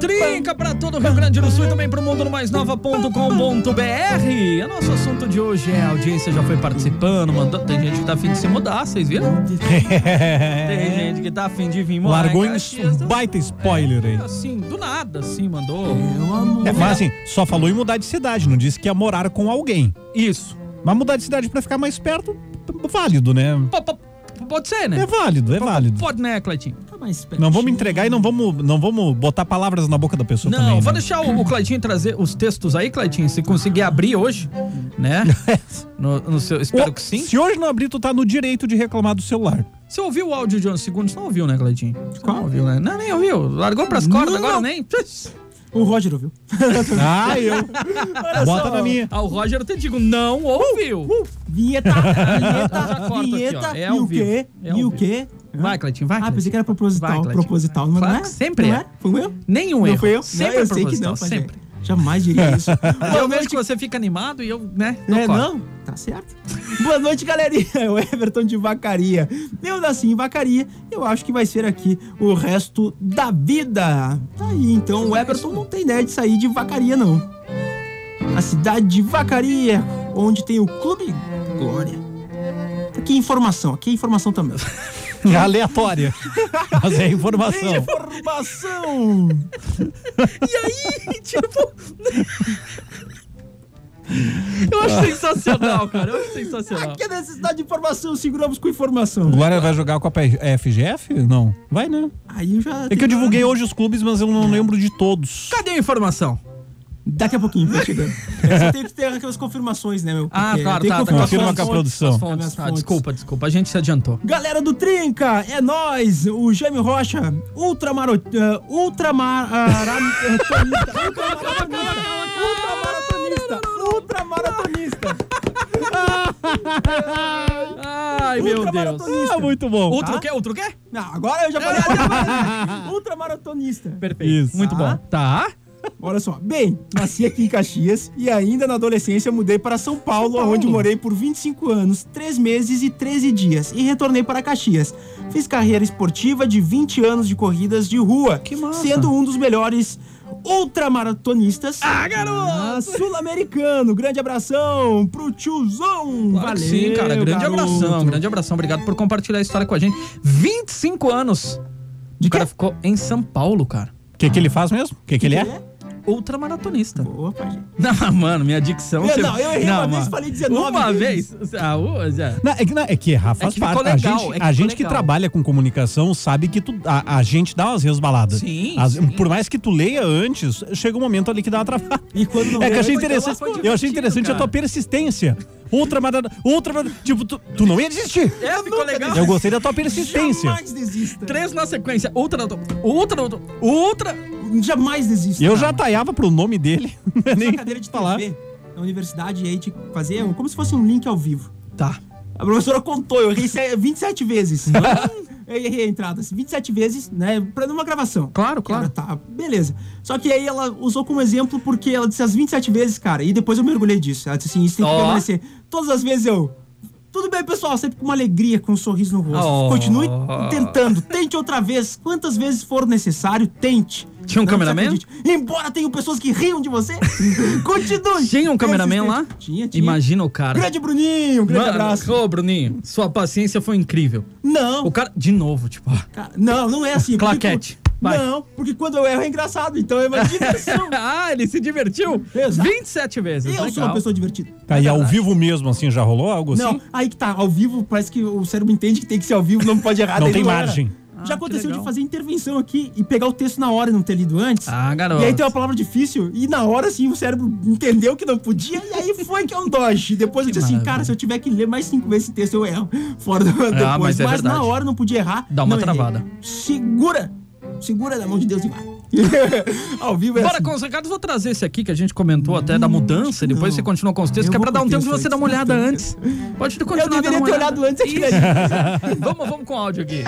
S4: Brinca pra todo o Rio Grande do Sul e também pro mundo no maisnova.com.br. O nosso assunto de hoje é a audiência já foi participando, mandando. Tem gente que tá afim de se mudar, vocês viram? Tem gente que tá afim de vir morar.
S5: Largou
S4: em
S5: em
S4: Caxias do-
S5: um baita spoiler aí.
S4: Assim, do nada, assim, mandou.
S5: É, mas assim, só falou em mudar de cidade, não disse que ia morar com alguém.
S4: Isso.
S5: Mas mudar de cidade pra ficar mais perto, p- válido, né?
S4: Pô, pô, Pode ser, né?
S5: É válido, é válido.
S4: Pode, né, Cleitinho?
S6: Tá mais perto.
S5: Não vamos entregar e não vamos, não vamos botar palavras na boca da pessoa também.
S4: Não, vou
S5: né?
S4: deixar o, o Cleitinho trazer os textos aí, Cleitinho, se conseguir abrir hoje, né? No, no seu, espero
S5: Ô,
S4: que sim.
S5: Se hoje não abrir, tu tá no direito de reclamar do celular.
S4: Você ouviu o áudio de 11 segundos? Não ouviu, né, Cleitinho? Não ouviu, né? Não, nem ouviu. Largou pras cordas, agora nem.
S6: O Roger ouviu.
S5: Ah, eu. Bota na minha.
S4: Ah, o Roger, eu te digo, não ouviu.
S6: Vinheta,
S4: Já corta
S6: vinheta,
S4: aqui,
S6: vinheta.
S4: ó. É
S6: e
S4: ao
S6: o
S4: vivo.
S6: quê?
S4: É ao
S6: e o
S4: vivo.
S6: quê?
S4: Vai, Cleitinho, vai.
S6: Ah, pensei
S4: Cleitinho.
S6: que era proposital.
S4: Vai, Cleitinho.
S6: proposital, mas
S4: Claro
S6: não é?
S4: que sempre
S6: não
S4: é.
S6: é. Foi eu?
S4: Nenhum erro.
S6: Não foi eu?
S4: Sempre
S6: não,
S4: é
S6: eu sei que
S4: proposital,
S6: não, Pajé.
S4: sempre.
S6: Jamais diria isso. Boa
S4: Eu vejo
S6: noite,
S4: que você fica animado e eu, né? dou
S6: É,
S4: corda.
S6: não? Tá certo. Boa noite, galerinha. É o Everton de Vacaria. Eu nasci em Vacaria. Eu acho que vai ser aqui o resto da vida. Tá aí, então. O Everton não tem ideia de sair de Vacaria, não. A cidade de Vacaria, onde tem o Clube Glória. Aqui é informação. Aqui é informação também.
S5: É aleatória. Mas é informação.
S6: Informação!
S4: E aí, tipo. Eu acho sensacional, cara. Eu acho sensacional.
S6: Aqui é necessidade de informação. Seguramos com informação.
S5: Glória vai jogar a Copa FGF? Não. Vai, né?
S6: Aí eu já.
S5: É que eu divulguei hoje os clubes, mas eu não lembro de todos.
S4: Cadê a informação?
S6: Daqui a pouquinho, vai chegando. Eu só tenho que ter aquelas confirmações, né, meu?
S4: Ah,
S6: Porque
S4: claro,
S6: tem
S4: tá,
S6: que
S4: tá.
S6: confirmar
S5: Confirma
S6: as
S5: com a
S6: fontes.
S5: produção.
S6: As
S4: Fontes.
S6: minhas
S4: Ah,
S6: fontes.
S4: desculpa, desculpa. A gente se adiantou.
S6: Galera do Trinca, é nós, o Jaime Rocha, Ultramaro... Uh, ultramara... ultramaratonista, ultramaratonista,
S4: Ai, meu Deus.
S6: ultramaratonista.
S5: Ah, muito bom.
S4: Outro
S6: Tá?
S4: quê? Outro quê?
S6: Não, agora eu já falei. até- ultramaratonista.
S4: Perfeito.
S5: Isso.
S4: Muito bom. Tá.
S6: Olha só, bem, nasci aqui em Caxias e ainda na adolescência mudei para São Paulo, onde morei por 25 anos, 3 meses e 13 dias e retornei para Caxias. Fiz carreira esportiva de 20 anos de corridas de rua,
S4: massa.
S6: sendo um dos melhores ultramaratonistas. Ah, garoto! Sul-americano, grande abração pro tiozão!
S4: Claro que sim, cara. Grande
S6: garoto.
S4: abração, grande abração. Obrigado por compartilhar a história com a gente. 25 anos.
S6: De
S4: o cara
S6: quê?
S4: ficou em São Paulo, cara.
S5: O que, que ele faz mesmo? O que, que ele é?
S4: Ultramaratonista.
S6: Boa, pai.
S4: Não, mano, minha dicção.
S6: Eu- não, eu errei uma vez,
S4: mano.
S6: falei 19
S4: Uma
S6: vezes.
S4: vez? Ah, ô, Zé.
S5: Não, é, que, não, é que errar faz
S4: que ficou
S5: parte. a
S4: legal,
S5: gente,
S4: é que
S5: a
S4: ficou
S5: gente que
S4: legal.
S5: trabalha com comunicação sabe que tu- a, a gente dá umas resbaladas.
S4: Sim,
S5: As-
S4: sim.
S5: Por mais que tu leia antes, chega um momento ali que dá uma travada.
S6: E quando não
S5: É que eu
S6: ganha,
S5: achei
S6: foi
S4: então,
S5: interessante.
S4: foi
S5: eu achei
S4: divertido,
S5: interessante a tua
S4: cara.
S5: persistência. Outra marada. Outra marada. Tipo, tu, tu não ia desistir.
S4: É, ficou legal.
S5: Eu gostei da tua persistência.
S6: Jamais desista.
S4: Três na sequência. Outra, outra, outra, outra.
S6: Jamais desista.
S5: Eu já taiava pro nome dele. é
S6: Tinha
S5: Nem
S6: uma cadeira de
S5: falar.
S6: TV na universidade e aí tinha que fazer um- como se fosse um link ao vivo.
S4: Tá.
S6: A professora contou, eu errei se- 27 vezes. eu errei a entrada assim, 27 vezes, né? Pra numa gravação.
S4: Claro, claro.
S6: Cara, tá, beleza. Só que aí ela usou como exemplo porque ela disse as 27 vezes, cara, e depois eu mergulhei disso. Ela disse assim, isso tem que
S4: Ó.
S6: permanecer. Todas as vezes eu. Tudo bem, pessoal, sempre com uma alegria, com um sorriso no rosto.
S4: Ó.
S6: Continue tentando, tente outra vez, quantas vezes for necessário, tente.
S4: Tinha um
S6: Não
S4: cameraman?
S6: desacredite. Embora tenham pessoas que riam de você, continue.
S4: Tinha um cameraman lá?
S6: Persistente. Tinha, tinha.
S4: Imagina o cara.
S6: Grande Bruninho, um grande
S4: Mano,
S6: abraço.
S4: Ô, Bruninho, sua paciência foi incrível.
S6: Não,
S4: O cara, de novo, tipo, ó.
S6: cara, não, não é assim. porque
S4: Claquete,
S6: tu-
S4: vai.
S6: Não, porque quando eu erro é engraçado, então é uma diversão.
S4: ah, ele se divertiu
S6: Exato.
S4: 27 vezes.
S6: Eu sou
S4: Legal.
S6: uma pessoa divertida.
S5: Tá, e ao vivo mesmo, assim, já rolou algo assim?
S6: Não, aí que tá, ao vivo, parece que o cérebro entende que tem que ser ao vivo, não pode errar.
S5: Não
S6: daí
S5: tem
S6: era.
S5: margem.
S4: Ah, que
S6: Já aconteceu
S4: legal.
S6: de fazer intervenção aqui e pegar o texto na hora e não ter lido antes.
S4: Ah, garoto.
S6: E aí tem uma palavra difícil e na hora, assim, o cérebro entendeu que não podia e aí foi que é um dodge. Depois eu
S4: Que
S6: disse assim,
S4: maravilha.
S6: cara, se eu tiver que ler mais cinco vezes esse texto, eu erro. Fora do, depois.
S4: mas é
S6: na
S4: verdade.
S6: hora eu não podia errar.
S4: Dá uma
S6: não errei.
S4: travada.
S6: Segura! Segura na mão de Deus e vai. ao vivo é
S4: Bora
S6: assim.
S4: com os recados, vou trazer esse aqui que a gente comentou até da mudança, e depois
S6: não.
S4: você continua com os textos,
S6: Eu
S4: que é
S6: vou
S4: pra dar um
S6: com o
S4: tempo de
S6: texto
S4: você dar uma
S6: antes,
S4: olhada
S6: não tem.
S4: antes. Pode continuar
S6: Eu
S4: dando
S6: deveria
S4: uma
S6: ter
S4: olhada.
S6: olhado antes aqui, né?
S4: Vamos, vamos com o áudio aqui.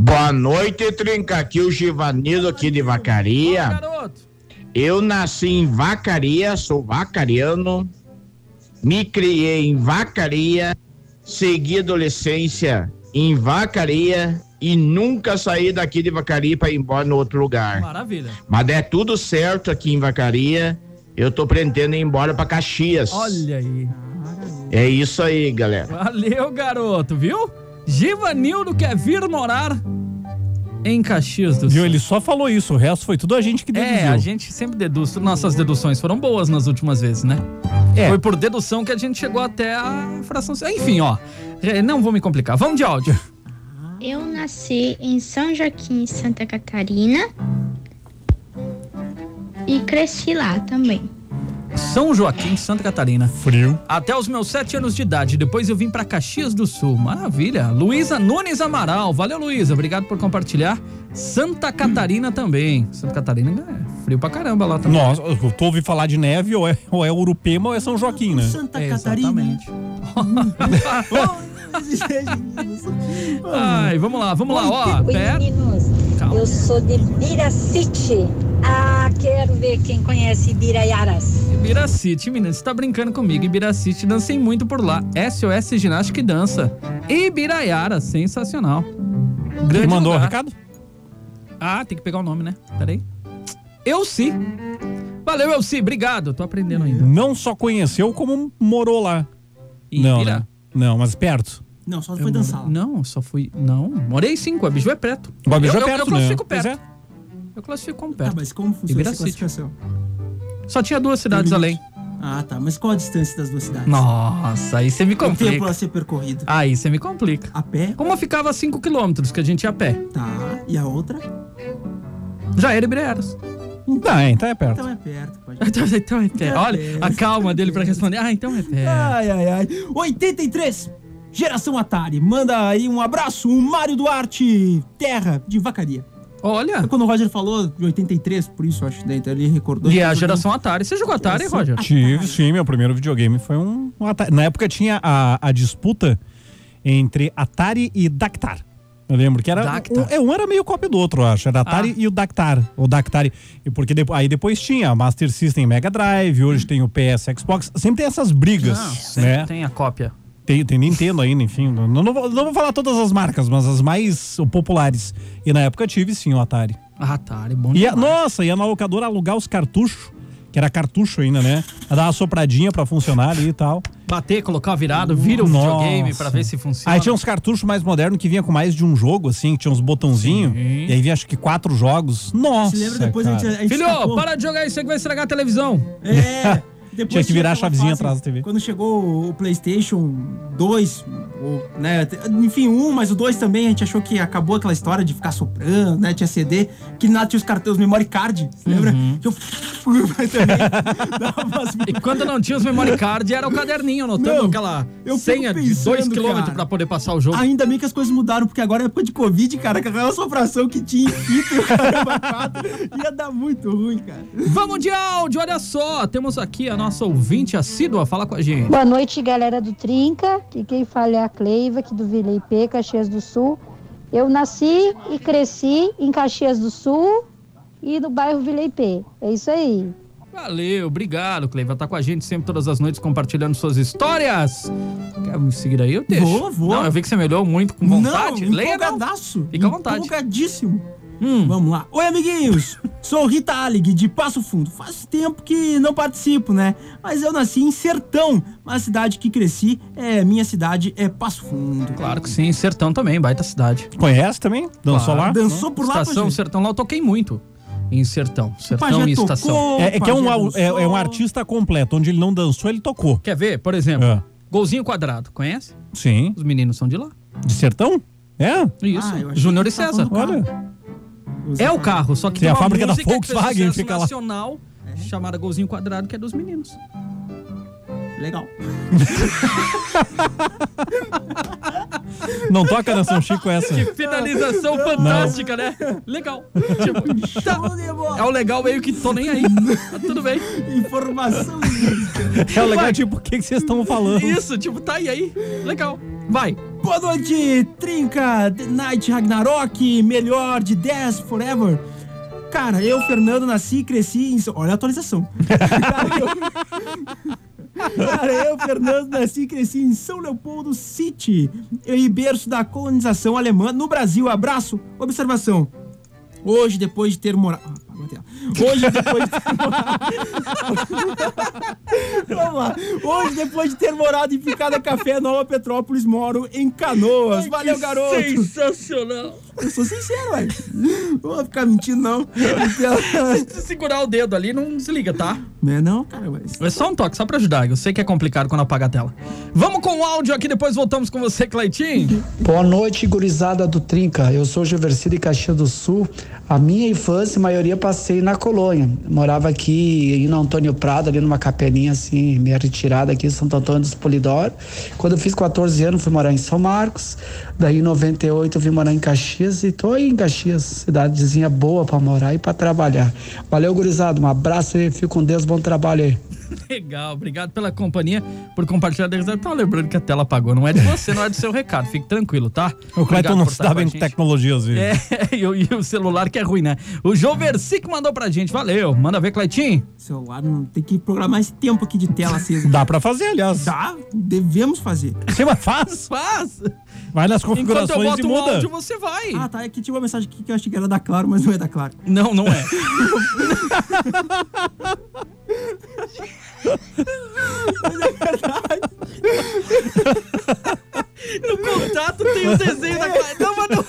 S9: Boa noite, Trinca. Aqui é o Givanildo aqui de
S4: Fala,
S9: Vacaria.
S4: garoto.
S9: Eu nasci em Vacaria, sou vacariano. Me criei em Vacaria, segui adolescência em Vacaria e nunca sair daqui de Vacaria para ir embora no outro lugar.
S4: Maravilha.
S9: Mas der tudo certo aqui em Vacaria, eu tô pretendendo ir embora para Caxias.
S4: Olha aí.
S9: É isso aí, galera.
S4: Valeu, garoto, viu? Givanildo quer vir morar em Caxias do
S5: Viu?
S4: Sul.
S5: Ele só falou isso, o resto foi tudo a gente que deduziu.
S4: É, a gente sempre deduz. Nossas deduções foram boas nas últimas vezes, né?
S5: É.
S4: Foi por dedução que a gente chegou até a fração. Enfim, ó. é, Não vou me complicar. Vamos de áudio.
S10: Eu nasci em São Joaquim, Santa Catarina. E cresci lá também.
S4: São Joaquim, Santa Catarina.
S5: Frio.
S4: Até os meus sete anos de idade. Depois eu vim pra Caxias do Sul. Maravilha. Luísa Nunes Amaral. Valeu, Luísa. Obrigado por compartilhar. Santa Catarina também. Santa Catarina é frio pra caramba lá também.
S5: Nossa, eu tô ouvindo falar de neve, ou é, ou é Urupema ou é São Joaquim, né?
S6: Santa
S4: É,
S6: Catarina.
S4: exatamente. Ai, vamos lá, vamos lá. Ó, pera. Calma.
S11: Eu sou de Biracite. Ah, quero ver quem conhece Biraiaras.
S4: Ibiracite, menino, você tá brincando comigo. Ibiracite, dancei muito por lá. SOS Ginástica e Dança. Ibiraiara, sensacional. Grande
S5: Ele mandou o
S4: lugar.
S5: recado?
S4: Ah, tem que pegar o nome, né? Peraí. Elci. Valeu, Elci, obrigado. Tô aprendendo ainda.
S5: Não só conheceu, como morou lá. Não,
S4: Ibira-
S5: né? não, mas perto.
S6: Não, só foi dançar Tá, lá.
S4: Não, só fui. Não, morei sim, Guabiju é perto.
S5: Guabiju
S4: eu,
S5: é
S4: eu-
S5: perto,
S4: eu, classifico
S5: né? Pois
S4: perto. Eu classifico como
S6: Tá,
S4: perto.
S6: mas como funciona essa
S4: Ibiracite.
S6: classificação?
S4: Só tinha duas cidades
S6: Limite.
S4: além.
S6: Ah, tá. Mas qual a distância das duas cidades?
S4: Nossa, aí você me
S6: O tempo
S4: complica.
S6: a ser percorrido.
S4: Aí você me complica.
S6: A pé?
S4: Como eu ficava 5 quilômetros que a gente ia a pé?
S6: Tá. E a outra?
S4: Já era Ibiraiaras.
S5: é. Tá, é, então é perto.
S6: Então é perto, pode
S4: Então, então é pé. Olha a calma dele pra responder. Ah, então é pé.
S6: Ai, ai, ai. 83, geração Atari. Manda aí um abraço, um Mário Duarte, terra de vacaria.
S4: Olha.
S6: Quando o Roger falou de 83, por isso acho, né? Então ele recordou.
S4: E é a geração Atari. Você jogou Atari,
S6: Geração
S4: Roger?
S5: Tive, sim, meu primeiro videogame foi um, um Atari. Na época tinha a, a disputa entre Atari e Dactar. Eu lembro que era.
S4: Dactar.
S5: Um, é, um era meio cópia do outro, eu acho. Era Atari
S4: Ah.
S5: e o Dactar. O Dactar. E porque depo- aí depois tinha Master System Mega Drive, hoje tem o PS Xbox. Sempre tem essas brigas.
S4: Não,
S5: né?
S4: Ah, tem a cópia.
S5: Tem, tem Nintendo ainda, enfim. Não, não vou, não vou falar todas as marcas, mas as mais populares. E na época eu tive sim o Atari.
S4: Ah, Atari, bom
S5: Ia,
S4: demais.
S5: nossa, ia na locadora alugar os cartuchos, que era cartucho ainda, né? Dar uma sopradinha pra funcionar ali e tal.
S4: é Bater, colocar virado, vira o
S5: Nossa.
S4: videogame pra ver se funciona.
S5: Aí tinha uns cartuchos mais modernos que vinha com mais de um jogo, assim, que tinha uns botãozinhos.
S4: Sim.
S5: E aí vinha acho que quatro jogos. Nossa!
S6: Se lembra depois a
S5: cara.
S6: gente, a gente
S4: Filho,
S6: escapou.
S4: para de jogar isso aí que vai estragar a televisão.
S6: É. Depois
S5: Tinha que virar a
S6: aquela
S5: chavezinha
S6: fase,
S5: atrás da TV.
S6: Quando chegou o PlayStation 2, ou, né? te- Enfim, um, mas o 2 também, a gente achou que acabou aquela história de ficar soprando, né? Tinha CD, que nada tinha os cartões, os memory card. Você lembra?
S5: Uhum.
S6: Que eu. também dava umas-
S4: E quando não tinha os memory card, era o caderninho anotando
S6: Não,
S4: aquela
S6: eu fico
S4: senha de
S6: pensando,
S4: 2km
S6: cara.
S4: pra poder passar o jogo.
S6: Ainda bem que as coisas mudaram, porque agora é época de Covid, cara, com aquela sopração que tinha em fita e o caramba quatro, ia dar muito ruim, cara.
S4: Vamos de áudio, olha só. Temos aqui a nossa ouvinte assídua. Fala com a gente.
S11: Boa noite, galera do Trinca. Que quem fala é a Cleiva, aqui do Vila IP, Caxias do Sul. Eu nasci e cresci em Caxias do Sul e no bairro Vila IP. É isso aí.
S4: Valeu, obrigado, Cleiva. Tá com a gente sempre, todas as noites, compartilhando suas histórias. Quer me seguir aí? Eu deixo.
S6: Vou, vou.
S4: Não, eu vi que você me olhou muito com vontade.
S6: não,
S4: Leia, não.
S6: empolgadaço.
S4: Fica à vontade.
S6: Empolgadíssimo.
S4: Hum,
S6: Vamos lá. Oi, amiguinhos! Sou Rita Allig, de Passo Fundo. Faz tempo que não participo, né? Mas eu nasci em Sertão, mas a cidade que cresci, é minha cidade é Passo Fundo.
S4: claro que sim. Sertão também, baita cidade.
S5: Conhece também? Dançou
S4: Claro.
S5: lá?
S6: Dançou por lá,
S4: Estação,
S6: Pajé?
S4: Sertão. Lá eu toquei muito. Em Sertão. Sertão
S6: Pajé
S4: e Estação.
S6: tocou,
S5: É, é que é um,
S6: Pajé
S5: au- é, é um
S6: dançou.
S5: artista completo. Onde ele não dançou, ele tocou.
S4: Quer ver, por exemplo,
S5: É.
S4: Golzinho Quadrado. Conhece?
S5: Sim.
S4: Os meninos são de lá.
S5: De sertão? É?
S4: Isso.
S6: Ah, eu achei
S4: Júnior
S6: que
S4: e
S6: você tava
S4: César.
S6: falando
S5: Olha.
S4: É o carro, só que
S5: Tem a
S4: uma
S5: fábrica da
S4: música que fez
S5: Volkswagen,
S4: sucesso
S5: fica lá.
S4: nacional
S6: É.
S4: chamada Golzinho Quadrado, que é dos meninos.
S6: Legal.
S5: Não toca na São Chico essa.
S4: Tipo, Finalização fantástica, né? Legal. Tipo, tá. É o legal meio que tô nem aí. Tá tudo bem.
S6: Informação.
S5: É o legal, tipo, o que que vocês estão falando?
S4: Isso, tipo, tá e aí? Legal. Vai.
S6: Boa noite, Trinca, The Night Ragnarok, melhor de 10 forever. Cara, eu, Fernando, nasci e cresci em. Olha a atualização. Cara, eu- Cara, eu, Fernando, nasci e cresci em São Leopoldo City, em berço da colonização alemã no Brasil. Abraço, observação. Hoje, depois de ter Ah, morado. Hoje, depois de ter morado. Vamos lá. Hoje, depois de ter morado em Picada Café, Nova Petrópolis, moro em Canoas. Valeu, garoto.
S4: Sensacional.
S6: Eu sou sincero, velho. Não vou ficar mentindo, não. Então,
S4: Se segurar o dedo ali, não desliga, tá?
S6: Não é não, cara, mas...
S4: É só um toque, só pra ajudar. Eu sei que é complicado quando apaga a tela. Vamos com o áudio aqui, depois voltamos com você, Cleitinho.
S12: Boa noite, gurizada do Trinca. Eu sou Geversino de Caxias do Sul. A minha infância, a maioria, passei na colônia. Morava aqui em Antônio Prado, ali numa capelinha assim, meia retirada aqui em Santo Antônio dos Polidoro. Quando eu fiz 14 anos, fui morar em São Marcos. Daí, em 98, eu vim morar em Caxias e tô aí em Caxias, cidadezinha boa pra morar e pra trabalhar. Valeu, gurizada. Um abraço aí, fico com Deus, bom trabalho aí.
S4: Legal, obrigado pela companhia, por compartilhar. Eu tava lembrando que a tela apagou. Não é de você, não é do seu recado. Fique tranquilo, tá?
S5: O Cleiton
S4: Obrigado
S5: não
S4: por
S5: se
S4: estar
S5: dá
S4: com a
S5: bem com
S4: gente.
S5: tecnologia, às vezes.
S4: É, e, o- e o celular que é ruim, né? O João Versi que mandou pra gente. Valeu. Manda ver, Cleitinho.
S6: Celular não tem que programar esse tempo aqui de tela acesa.
S5: Dá pra fazer, aliás.
S6: Dá, devemos fazer.
S5: Você vai faz?
S4: Faz.
S5: Vai nas
S4: Enquanto eu
S5: configurações e
S4: boto o
S5: muda.
S4: áudio, você vai.
S6: Ah, tá. É que tinha uma mensagem aqui que eu achei que era da Claro, mas não é da Claro.
S4: Não, não é. No contato tem o desenho da Clara. Não, mas não.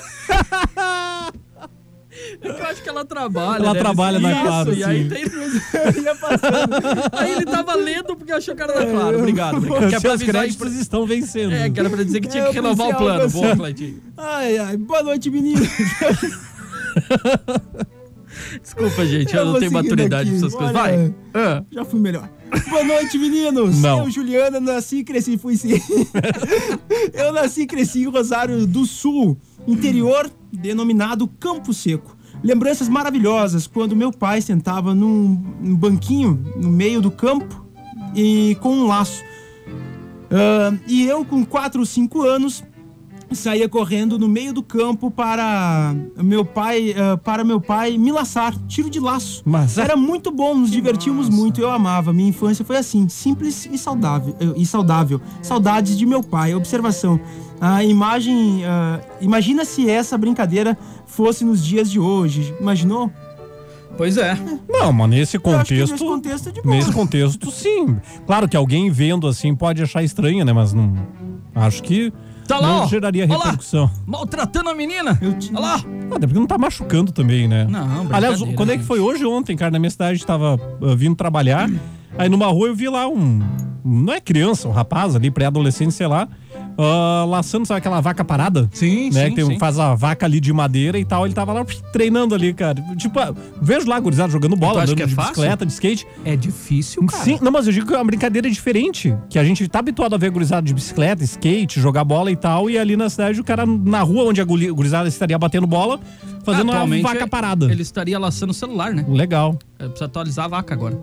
S4: É que eu acho que ela trabalha.
S5: Ela
S4: deve
S5: trabalha
S4: ser
S5: na
S4: isso,
S5: Claro,
S4: E aí,
S5: sim.
S4: tem... aí ele tava lendo porque achou que era da Claro. Obrigado. obrigado. Quer é pra
S5: Seus
S4: avisar aí
S5: créditos
S4: pra-
S5: estão vencendo.
S4: É, que era pra dizer que tinha
S6: É,
S4: que renovar o
S6: oficial,
S4: plano.
S6: oficial.
S4: Boa, Cleitinho.
S6: Ai, ai. Boa noite, menino.
S4: Desculpa, gente. Eu,
S6: Eu
S4: não
S6: vou
S4: tenho
S6: seguindo
S4: maturidade pra
S6: aqui.
S4: essas coisas.
S6: Olha,
S4: Vai. Ah.
S6: Já fui melhor. Boa noite, meninos.
S5: Não.
S6: Eu, Juliana, nasci e cresci. Fui sim. Eu nasci e cresci em Rosário do Sul, interior denominado Campo Seco. Lembranças maravilhosas quando meu pai sentava num num banquinho no meio do campo e com um laço. Ah, e eu, com 4 ou 5 anos, saía correndo no meio do campo para meu pai ah, para meu pai me laçar tiro de laço
S5: Mas-
S6: era muito bom nos divertimos muito eu amava minha infância foi assim simples e saudável eh, e saudável saudades de meu pai observação a imagem ah, imagina se essa brincadeira fosse nos dias de hoje imaginou
S4: Pois é.
S5: Não, mas nesse
S6: eu acho que nesse
S5: contexto.
S6: contexto é de boa
S5: Nesse contexto, sim. Claro que alguém vendo assim pode achar estranho, né? Mas não. Acho que
S4: Tá lá,
S5: não
S4: ó.
S5: geraria
S4: Olha lá.
S5: repercussão.
S4: Maltratando a menina.
S6: Eu te-
S4: Olha lá.
S5: Ah, até porque não tá machucando também, né?
S4: Não,
S5: Aliás,
S4: brincadeira,
S5: quando é que
S4: gente.
S5: foi hoje ontem, cara? Na minha cidade tava ah, vindo trabalhar. Aí numa rua eu vi lá um. Não é criança, um rapaz ali, pré-adolescente, sei lá. ah, laçando, sabe aquela vaca parada?
S4: Sim,
S5: né?
S4: sim,
S5: que tem um-
S4: sim.
S5: faz a vaca ali de madeira e tal. Ele tava lá psh, treinando ali, cara. Tipo, ah, vejo lá, gurizada, jogando bola,
S4: acha
S5: andando
S4: que é
S5: de
S4: fácil?
S5: bicicleta, de skate.
S4: É difícil, cara.
S5: Sim, não, mas eu digo que é uma brincadeira diferente. Que a gente tá habituado a ver gurizada de bicicleta, skate, jogar bola e tal. E ali na cidade, o cara na rua onde a guli- gurizada estaria batendo bola, fazendo uma
S4: Atualmente, é
S5: vaca parada.
S4: Ele estaria laçando o celular, né?
S5: Legal.
S4: É, Precisa atualizar a vaca agora.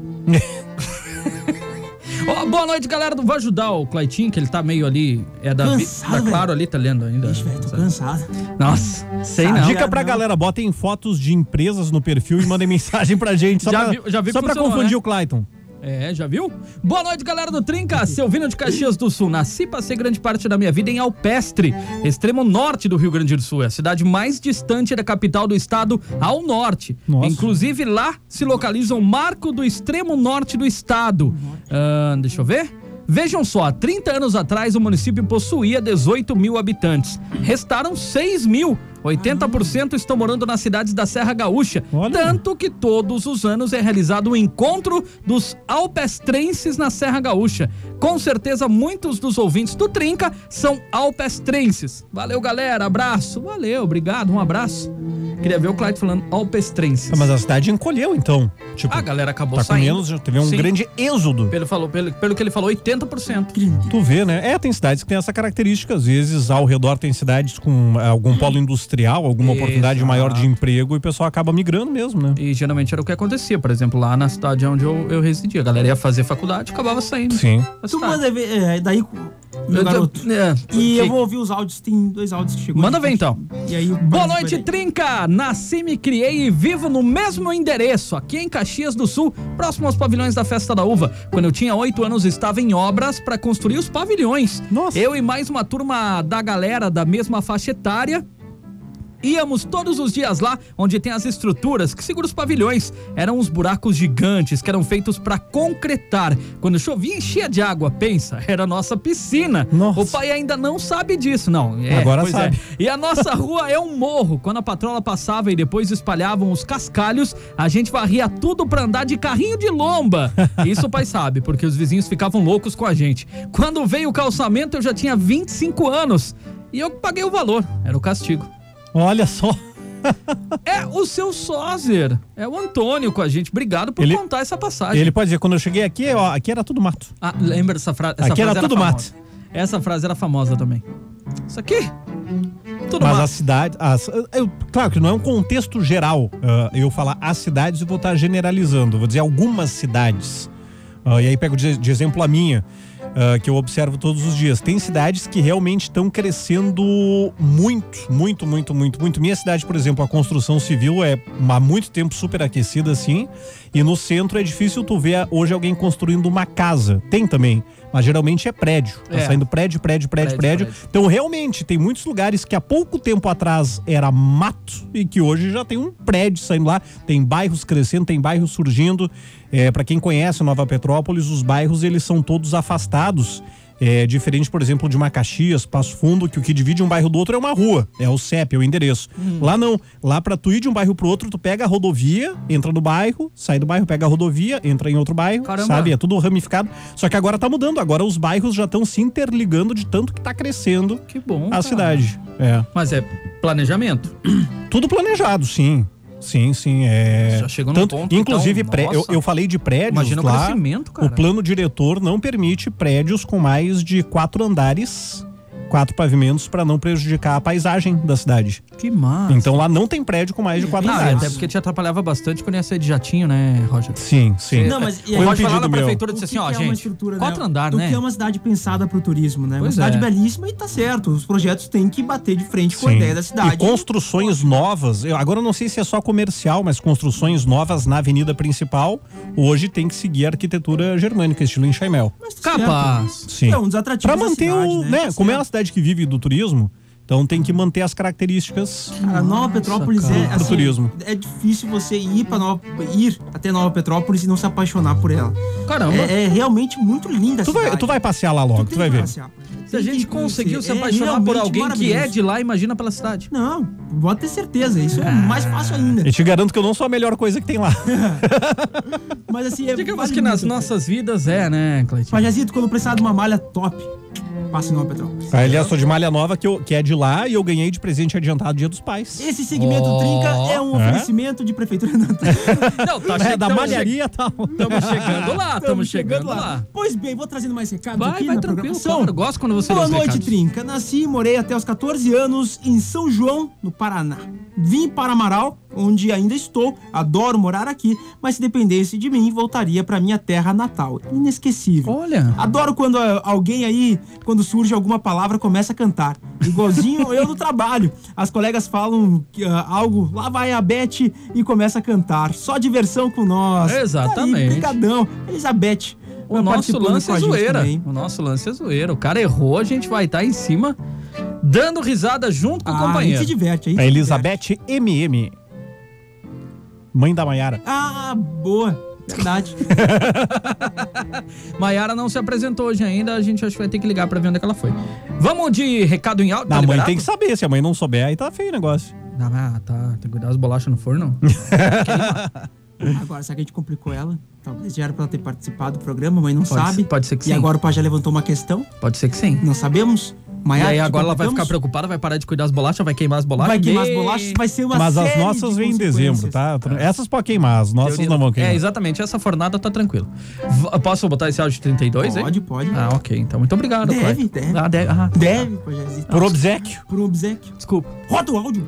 S4: Ó, boa noite, galera. do- Vou ajudar o Claitinho, que ele tá meio ali. É da, Vi-
S6: Cansado,
S4: da
S6: velho.
S5: né?
S4: Claro ali, tá lendo ainda.
S6: Ixi, velho, tô cansado
S4: Nossa, sei
S6: Sabe?
S4: não.
S5: Dica pra
S6: não.
S5: galera, botem fotos de empresas no perfil e mandem mensagem pra gente. Só
S4: Já
S5: pra,
S4: vi- já vi que
S5: só pra
S4: funcionou,
S5: confundir
S4: né?
S5: o Clayton.
S4: É, já viu? Boa noite, galera do Trinca, seu Vino de Caxias do Sul. Nasci e passei grande parte da minha vida em Alpestre, extremo norte do Rio Grande do Sul. É a cidade mais distante da capital do estado ao norte.
S5: Nossa.
S4: Inclusive, lá se localiza o marco do extremo norte do estado. Ahn, deixa eu ver. Vejam só, há 30 anos atrás o município possuía 18 mil habitantes. Restaram 6 mil. 80% estão morando nas cidades da Serra Gaúcha.
S5: Olha.
S4: Tanto que todos os anos é realizado o encontro dos alpestrenses na Serra Gaúcha. Com certeza, muitos dos ouvintes do Trinca são alpestrenses. Valeu, galera. Abraço. Valeu, obrigado. Um abraço. Queria ver o Clyde falando alpestrenses.
S5: Ah, Mas a cidade encolheu, então. Tipo,
S4: A galera acabou
S5: tá com
S4: saindo.
S5: menos, já teve um
S4: Ah, Sim.
S5: grande êxodo.
S4: Pelo, falou, pelo, pelo que ele falou, 80%.
S5: Tu vê, né? É, tem cidades que têm essa característica. Às vezes, ao redor tem cidades com ah, algum polo industrial, alguma oportunidade
S4: Exato.
S5: maior de emprego e o pessoal acaba migrando mesmo, né?
S4: E geralmente era o que acontecia, por exemplo, lá na cidade onde eu, eu residia. A galera ia fazer faculdade, acabava saindo.
S5: Sim.
S4: Mas
S6: tu
S4: tá.
S6: manda ver é, daí meu
S4: Eu-
S6: garoto
S4: é,
S6: e
S4: que-
S6: eu vou ouvir os áudios tem dois áudios que chegou
S4: Manda ver então.
S6: e aí
S4: Boa noite, Trinca! Trinca, nasci, me criei e vivo no mesmo endereço, aqui em Caxias do Sul, próximo aos pavilhões da Festa da Uva. Quando eu tinha oito anos, estava em obras para construir os pavilhões. Nossa. Eu e mais uma turma da galera da mesma faixa etária íamos todos os dias lá onde tem as estruturas que segura os pavilhões. Eram uns buracos gigantes que eram feitos para concretar. Quando chovia, enchia de água, pensa, era a nossa piscina. O pai ainda não sabe disso, não. É,
S5: Agora
S4: pois
S5: sabe.
S4: é. E a nossa rua é um morro. Quando a patrola passava e depois espalhavam os cascalhos, a gente varria tudo pra andar de carrinho de lomba. Isso o pai sabe, porque os vizinhos ficavam loucos com a gente. Quando veio o calçamento, eu já tinha 25 anos. E eu que paguei o valor, era o castigo.
S5: Olha só.
S4: É o seu sózer, é o Antônio com a gente. Obrigado por contar essa passagem.
S5: Ele pode dizer, quando eu cheguei aqui, ó, aqui era tudo mato.
S4: Ah, lembra dessa fra- essa frase?
S5: Aqui era tudo
S4: famosa. Essa frase era famosa também. Isso aqui? Tudo
S5: Mas
S4: mato.
S5: a cidade. as- eu- claro que não é um contexto geral ah, eu falar as cidades e vou estar generalizando. Vou dizer algumas cidades. Ah, e aí pego de, de exemplo a minha, ah, que eu observo todos os dias. Tem cidades que realmente estão crescendo muito, muito, muito, muito, muito. Minha cidade, por exemplo, a construção civil é há muito tempo superaquecida assim. E no centro é difícil tu ver ah, hoje alguém construindo uma casa. Tem também, mas geralmente é prédio. Tá
S13: É.
S5: saindo prédio, prédio, prédio,
S13: Prédio,
S5: prédio. Então, realmente, tem muitos lugares que há pouco tempo atrás era mato e que hoje já tem um prédio saindo lá. Tem bairros crescendo, tem bairros surgindo. É, para quem conhece Nova Petrópolis, os bairros eles são todos afastados. É, diferente, por exemplo, de Macaxias, Passo Fundo, que o que divide um bairro do outro é uma rua, é o CEP, é o endereço. Lá não, lá pra tu ir de um bairro pro outro, tu pega a rodovia, entra no bairro, sai do bairro, pega a rodovia, entra em outro bairro,
S4: Caramba.
S5: sabe? É tudo ramificado. Só que agora tá mudando, agora os bairros já estão se interligando de tanto que tá crescendo
S4: que bom, a
S5: cidade. É.
S4: Mas é planejamento.
S5: Tudo planejado, sim. Sim, sim. É...
S4: Já chegou num ponto,
S5: Inclusive,
S4: então,
S5: pré- eu,
S4: nossa.
S5: eu falei de prédios.
S4: Imagina o
S5: lá,
S4: crescimento, cara.
S5: O plano diretor não permite prédios com mais de quatro andares, quatro pavimentos, para não prejudicar a paisagem da cidade.
S4: Que massa.
S5: Então lá não tem prédio com mais de quatro
S4: Ah, Não, e
S5: andares.
S4: até porque te atrapalhava bastante quando ia sair de jatinho, né, Roger?
S5: Sim, sim.
S4: Você-
S5: Não, mas e aí-
S4: Foi
S5: Foi um
S4: pode falar na
S5: pedido meu.
S4: prefeitura e dizer
S6: O
S4: assim,
S6: que
S4: ó,
S6: que é uma
S4: gente,
S6: estrutura,
S4: quatro
S6: né?
S4: andar,
S6: do
S4: né?
S6: que é uma cidade pensada pro turismo, né?
S4: Pois
S6: uma cidade
S4: é.
S6: belíssima e tá certo. Os projetos têm que bater de frente com a
S5: Sim.
S6: ideia da
S5: E
S6: cidade.
S5: construções novas, eu, agora eu não sei se é só comercial, mas construções novas na avenida principal, hoje tem que seguir a arquitetura germânica, estilo Enxaimel.
S6: tá
S4: Capaz.
S5: Sim.
S6: É um dos atrativos
S5: Pra
S6: da
S5: manter o.
S6: cidade, né?
S5: Né, Como é uma cidade que vive do turismo, então tem que manter as características.
S6: Cara, Nova Petrópolis é
S5: cara. Pro
S6: assim,
S5: turismo.
S6: É difícil você ir para Nova ir até Nova Petrópolis e não se apaixonar por ela.
S4: Caramba.
S6: É, é realmente muito linda a
S5: Tu
S6: cidade.
S5: vai, tu vai passear lá logo, tu, vai ver.
S4: Se a gente conseguiu se
S6: É
S4: apaixonar por
S6: realmente
S4: alguém que é
S6: maravilhoso.
S4: de lá, imagina pela cidade.
S6: Não, pode ter certeza, isso é mais fácil ainda.
S5: Eu te garanto que eu não sou a melhor coisa que tem lá.
S6: Mas assim, é
S4: Digamos que nas nossas vidas é, né, Cleitinho?
S6: Pajazito, quando precisar de uma malha top, passa em Nova Petrópolis.
S5: Ah, Aliás, sou de Malha Nova, que, eu- que é de lá, e eu ganhei de presente adiantado Dia dos Pais.
S6: Esse segmento Trinca é um
S5: É?
S6: oferecimento de prefeitura.
S4: Não, tá
S6: né?
S5: É, da
S6: Então,
S5: malharia tá? tal.
S4: Estamos chegando lá, estamos chegando lá.
S6: Pois bem, vou trazendo mais recados
S4: Vai,
S6: aqui
S4: vai
S6: na
S4: tranquilo,
S6: programação.
S4: claro, gosto quando você lê
S6: Boa
S4: os
S6: noite,
S4: recados.
S6: Trinca. Nasci e morei até os 14 anos em São João, no Paraná. Vim para Amaral, onde ainda estou, adoro morar aqui, mas se dependesse de mim, voltaria para minha terra natal. Inesquecível.
S4: Olha.
S6: Adoro quando ah, alguém aí, quando surge alguma palavra, começa a cantar. Igualzinho eu no trabalho. As colegas falam que, ah, algo, lá vai a Beth e começa a cantar. Só diversão com nós. Tá aí,
S4: Exatamente.
S6: brigadão. Elizabeth. tá
S4: O nosso
S6: participando
S4: lance
S6: com
S4: é
S6: a gente
S4: zoeira.
S6: também.
S4: O nosso lance é zoeira. O cara errou, a gente vai estar em cima, dando risada junto
S6: Ah,
S4: com o companheiro.
S6: se diverte, aí
S5: É Elizabeth MM. Mãe da Maiara.
S6: Ah, boa. Verdade.
S4: Maiara não se apresentou hoje ainda, a gente acho que vai ter que ligar pra ver onde é que ela foi. Vamos de recado em alto?
S5: A
S4: tá
S5: mãe
S4: liberado?
S5: tem que saber, se a mãe não souber, aí tá feio o negócio.
S4: Não, mas tá, tem que cuidar as bolachas no forno.
S6: Agora, será que a gente complicou ela? Talvez já era pra ela ter participado do programa, mas não
S4: Pode
S6: sabe.
S4: ser- pode ser que
S6: E
S4: sim.
S6: agora o Pajé levantou uma questão.
S4: Pode ser que sim.
S6: Não sabemos. Maiara,
S4: e aí
S6: te
S4: agora ela vai ficar
S6: completamos?
S4: preocupada, vai parar de cuidar as bolachas, vai queimar as bolachas.
S6: Vai queimar as
S4: Ih,
S6: bolachas, vai ser uma
S5: Mas
S6: série
S5: as nossas
S6: de Ah.
S5: vêm em dezembro, tá? Essas pode queimar, as nossas
S4: teoria
S5: não
S4: do-
S5: vão queimar.
S4: É, exatamente. Essa fornada tá tranquilo. V- Posso botar esse áudio de 32,
S6: Pode,
S4: hein?
S6: pode.
S4: Ah, ok. Então, muito obrigado,
S6: Deve,
S4: Clayton.
S6: deve.
S4: Ah, deve. Ah,
S6: Deve, Pajézito.
S5: Por obsequio.
S6: Por obsequio.
S4: Desculpa.
S6: Roda o áudio.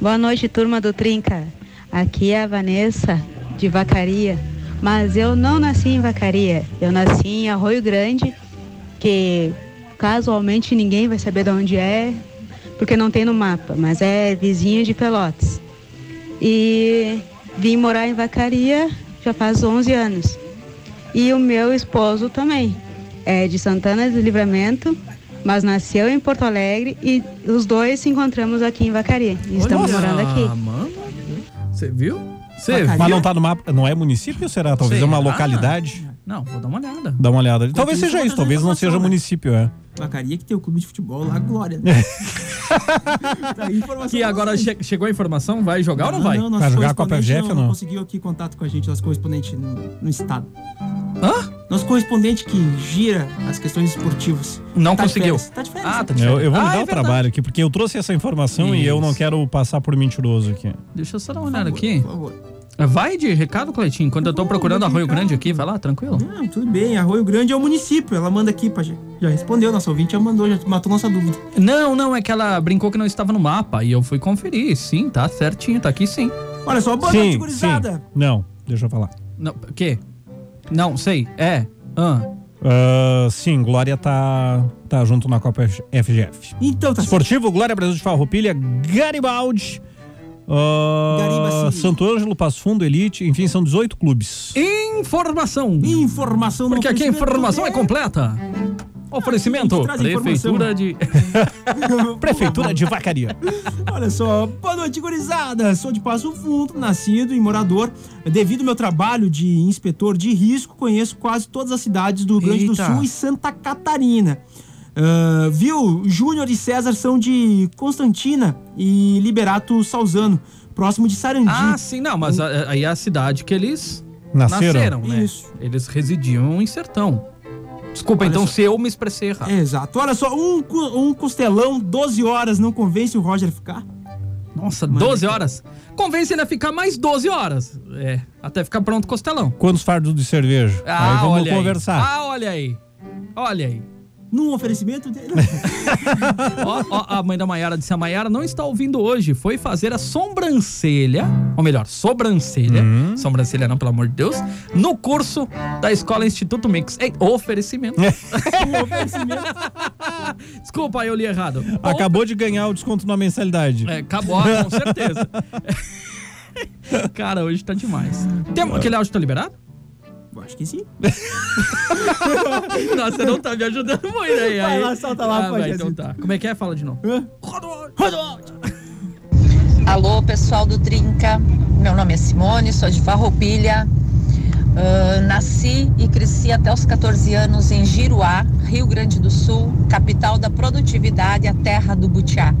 S14: Boa noite, turma do Trinca. Aqui é a Vanessa, de Vacaria. Mas eu não nasci em Vacaria. Eu nasci em Arroio Grande, que casualmente ninguém vai saber de onde é, porque não tem no mapa, mas é vizinho de Pelotas. E vim morar em Vacaria já faz 11 anos. E o meu esposo também é de Santana do Livramento, mas nasceu em Porto Alegre e os dois se encontramos aqui em Vacaria. E estamos morando aqui.
S4: Ah, mano. Você viu? Você
S5: Mas não tá no mapa. Não é município, será? Talvez é uma
S4: Será?
S5: localidade.
S4: Não, vou dar uma olhada.
S5: Dá uma olhada ali.
S4: Eu
S5: Talvez
S4: tenho
S5: seja isso,
S4: outra
S5: talvez não seja
S4: informação, né?
S5: município, é.
S6: Vacaria que tem o clube de futebol lá, Glória. né? Tá
S4: Que agora che- chegou a informação, vai jogar ou não vai?
S6: nosso correspondente não, conseguiu aqui contato com a gente, nosso correspondente no, no estado.
S4: Hã?
S6: Nosso correspondente que gira as questões esportivas.
S4: Não
S6: Tá de
S4: conseguiu.
S6: férias, tá de férias.
S4: Ah, tá de
S5: Eu, eu vou
S4: Ah,
S5: me dar
S4: é
S5: o
S4: verdade.
S5: trabalho aqui, porque eu trouxe essa informação e eu não quero passar por mentiroso aqui.
S4: Deixa eu só dar uma olhada aqui. Vai de recado, Cleitinho, enquanto eu tô procurando Arroio Grande aqui, vai lá, tranquilo.
S6: Não, tudo bem, Arroio Grande é o município. Ela manda aqui, Pajé. Já respondeu, nosso ouvinte já mandou, já matou nossa dúvida.
S4: Não, não, é que ela brincou que não estava no mapa e eu fui conferir. Sim, tá certinho, tá aqui sim.
S6: Olha só, boa noite, gurizada.
S5: Não, deixa eu falar.
S4: Não, o quê? Não, sei, é. Ah.
S5: Ah, sim, Glória tá, tá junto na Copa F- FGF.
S6: Então tá
S5: Esportivo, Glória Brasil de Farroupilha, Garibaldi. ah, Santo Ângelo, Passo Fundo, Elite, enfim, são 18 clubes.
S4: Informação!
S6: Informação
S4: Porque aqui a informação é completa. Oferecimento,
S6: traz informação.
S4: prefeitura de...
S5: Prefeitura de Vacaria.
S6: Olha só, boa noite, gurizada. Sou de Passo Fundo, nascido e morador. Devido ao meu trabalho de inspetor de risco, conheço quase todas as cidades do Rio Grande do
S4: Eita.
S6: Sul e Santa Catarina. Ah, viu? Júnior e César são de Constantina e Liberato Salzano, próximo de Sarandi.
S4: Ah, sim, não, mas a- aí é a cidade que eles
S5: Nasceram.
S4: né? Eles residiam em Sertão. Desculpa, então, se eu me expressei
S5: É.
S4: errado.
S6: Exato. Olha só, um, cu- um costelão, 12 horas, não convence o Roger a ficar?
S4: Nossa, 12 horas? Convence ele a ficar mais 12 horas. É, até ficar pronto o costelão.
S5: Quantos fardos de cerveja?
S4: Ah,
S5: Aí vamos
S4: olha aí.
S5: conversar.
S4: Ah, olha aí. Olha aí.
S6: Num oferecimento dele.
S4: Ó, ó, a mãe da Maiara disse: a Maiara não está ouvindo hoje. Foi fazer a sobrancelha, ou melhor, sobrancelha,
S5: Uhum.
S4: sobrancelha não, pelo amor de Deus, no curso da escola Instituto Mix. Ei, oferecimento. Desculpa, eu li errado.
S5: Acabou de ganhar o desconto na mensalidade.
S4: É, acabou, ah, com certeza. Cara, hoje tá demais. Tem, aquele áudio tá liberado?
S6: Eu acho que sim.
S4: Nossa, você não tá me ajudando muito aí.
S6: Vai
S4: aí.
S6: lá, solta lá,
S4: ah,
S6: pode,
S4: vai, então
S6: assim.
S4: tá. Como é que é? Fala de novo.
S13: Alô, pessoal do Trinca. Meu nome é Simone, sou de Farroupilha. Ah, nasci e cresci até os 14 anos em Giruá, Rio Grande do Sul, capital da produtividade, a terra do butiá.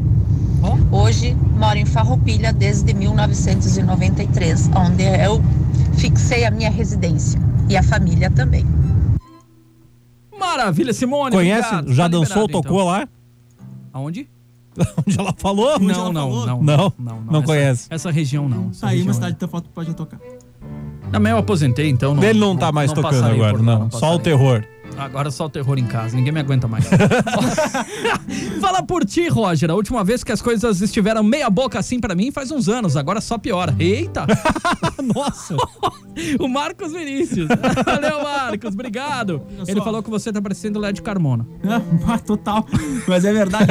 S13: Hoje moro em Farroupilha desde 1993, onde eu fixei a minha residência e a família também.
S4: Maravilha, Simone.
S5: Conhece?
S4: obrigado.
S5: Já
S4: Tá
S5: dançou,
S4: liberado,
S5: tocou
S4: então.
S5: lá?
S4: Aonde?
S5: Onde ela falou?
S4: Não,
S5: Onde ela
S4: não,
S5: falou?
S4: não,
S5: Não,
S4: não, é
S5: não,
S4: essa-
S5: conhece.
S4: Essa região não. Essa
S6: Tá Aí
S4: região né?
S6: uma cidade da foto pode tocar.
S4: Não, mas eu aposentei, então. Não,
S5: Ele não tá mais tocando
S4: passarei
S5: agora,
S4: por lá,
S5: não. Só o
S4: passarei.
S5: terror.
S4: Agora só o terror em casa, ninguém me aguenta mais. Fala por ti, Roger. A última vez que as coisas estiveram meia boca assim pra mim faz uns anos, agora só piora. Eita!
S5: Nossa!
S4: o Marcos Vinícius. Valeu, Marcos, obrigado. Ele falou que você tá parecendo o Led Carmona.
S6: Ah, total. Mas é verdade.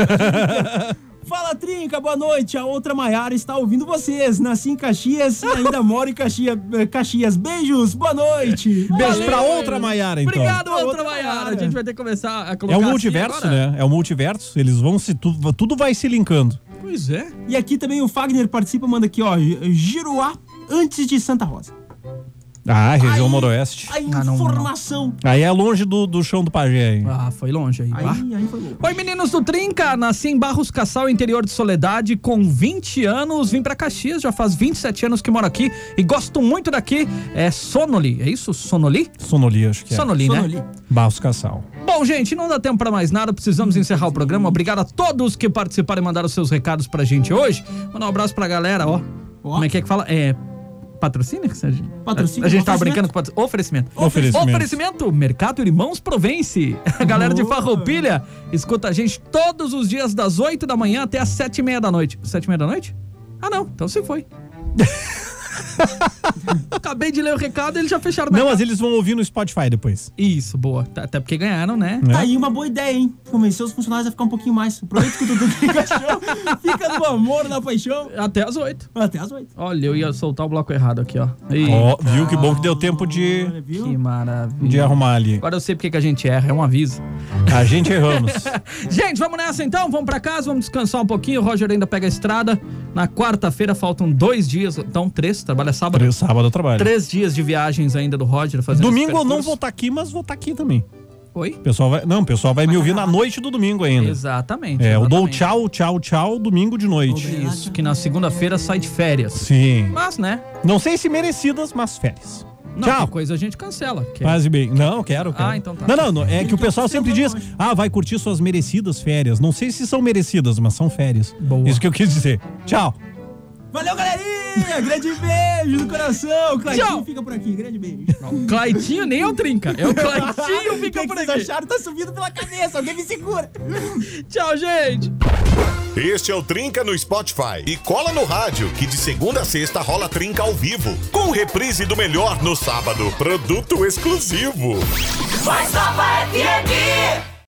S6: Fala, Trinca, boa noite. A outra Maiara está ouvindo vocês. Nasci em Caxias e ainda moro em Caxias. Caxias. Beijos, boa noite.
S5: Beijo
S6: Valeu.
S5: pra outra Maiara, então.
S4: Obrigado, outra Maiara. A gente vai ter que começar a colocar
S5: É o
S4: assim
S5: multiverso,
S4: agora.
S5: né? É o multiverso. Eles vão se. tu- tudo vai se linkando.
S4: Pois é.
S6: E aqui também o Fagner participa, manda aqui, ó. Giruá antes de Santa Rosa.
S5: Ah, região noroeste.
S6: A informação.
S5: Aí é longe do, do chão do pajé, hein?
S4: Ah, foi longe aí. bah.
S6: Aí, aí foi louco.
S4: Oi, meninos do Trinca! Nasci em Barros Cassal, interior de Soledade, com 20 anos. Vim pra Caxias, já faz 27 anos que moro aqui e gosto muito daqui. É Sonoli, é isso? Sonoli?
S5: Sonoli, acho que é.
S4: Sonoli, né? Sonoli.
S5: Barros Cassal.
S4: Bom, gente, não dá tempo pra mais nada, precisamos encerrar o programa. Obrigado a todos que participaram e mandaram seus recados pra gente hoje. Mandar um abraço pra galera, ó. Como é que é que fala? É. Patrocínio? que seja?
S6: Patrocínio,
S4: A gente tava brincando
S6: oferecimento.
S4: com patro- oferecimento.
S5: Oferecimento.
S4: Oferecimento, Mercado Irmãos Provence. A galera de Farroupilha escuta a gente todos os dias das 8 da manhã até as 7 e meia da noite. 7 e meia da noite? Ah, não. Então você foi. Acabei de ler o recado e eles já fecharam
S5: Não, mas eles vão ouvir no Spotify depois.
S4: Isso, boa. Tá- Até porque ganharam, né?
S6: Tá aí uma boa ideia, hein? Convencer os funcionários a ficar um pouquinho mais. Aproveita que o Dudu tem paixão. Fica no amor, na paixão.
S4: Até às oito.
S6: Até às oito.
S4: Olha, eu ia soltar o bloco errado aqui, ó.
S5: Hum. Ó, Hum. Um viu que bom que deu tempo de,
S4: Que maravilha.
S5: de arrumar ali.
S4: Agora eu sei porque que a gente erra, é um aviso.
S5: A gente erramos.
S4: Gente, vamos nessa então, vamos pra casa, vamos descansar um pouquinho. O Roger ainda pega a estrada. Na quarta-feira faltam dois dias, então três, trabalha sábado.
S5: Três, sábado eu trabalho.
S4: Três dias de viagens ainda do Roger fazendo esse
S5: Domingo eu não
S4: percurso.
S5: vou estar aqui, mas vou estar aqui também.
S4: Oi?
S5: O pessoal vai, não, o pessoal vai me ouvir na noite do domingo ainda.
S4: Exatamente.
S5: É, eu dou
S4: exatamente.
S5: tchau, tchau, tchau, domingo de noite.
S4: Isso, que na segunda-feira sai de férias.
S5: Sim.
S4: Mas, né?
S5: Não sei se merecidas, mas férias.
S4: Não,
S5: Tchau.
S4: que coisa a gente cancela. que- é
S5: Quase bem. Não, quero, quero.
S4: Ah, então tá.
S5: Não, não, não, é que o pessoal sempre diz: ah, vai curtir suas merecidas férias. Não sei se são merecidas, mas são férias. Isso que eu quis dizer. Tchau.
S6: Valeu, galerinha! Grande beijo no coração! O
S4: Tchau.
S6: Claitinho fica por aqui, grande beijo.
S4: Claitinho nem é o Trinca, é o Claitinho fica
S6: O que
S4: por
S6: vocês
S4: aqui.
S6: acharam? Tá subindo pela cabeça, alguém me segura.
S4: Tchau, gente.
S1: Este é o Trinca no Spotify. E cola no rádio, que de segunda a sexta rola Trinca ao vivo. Com reprise do melhor no sábado. Produto exclusivo.
S8: Vai Sapa FM!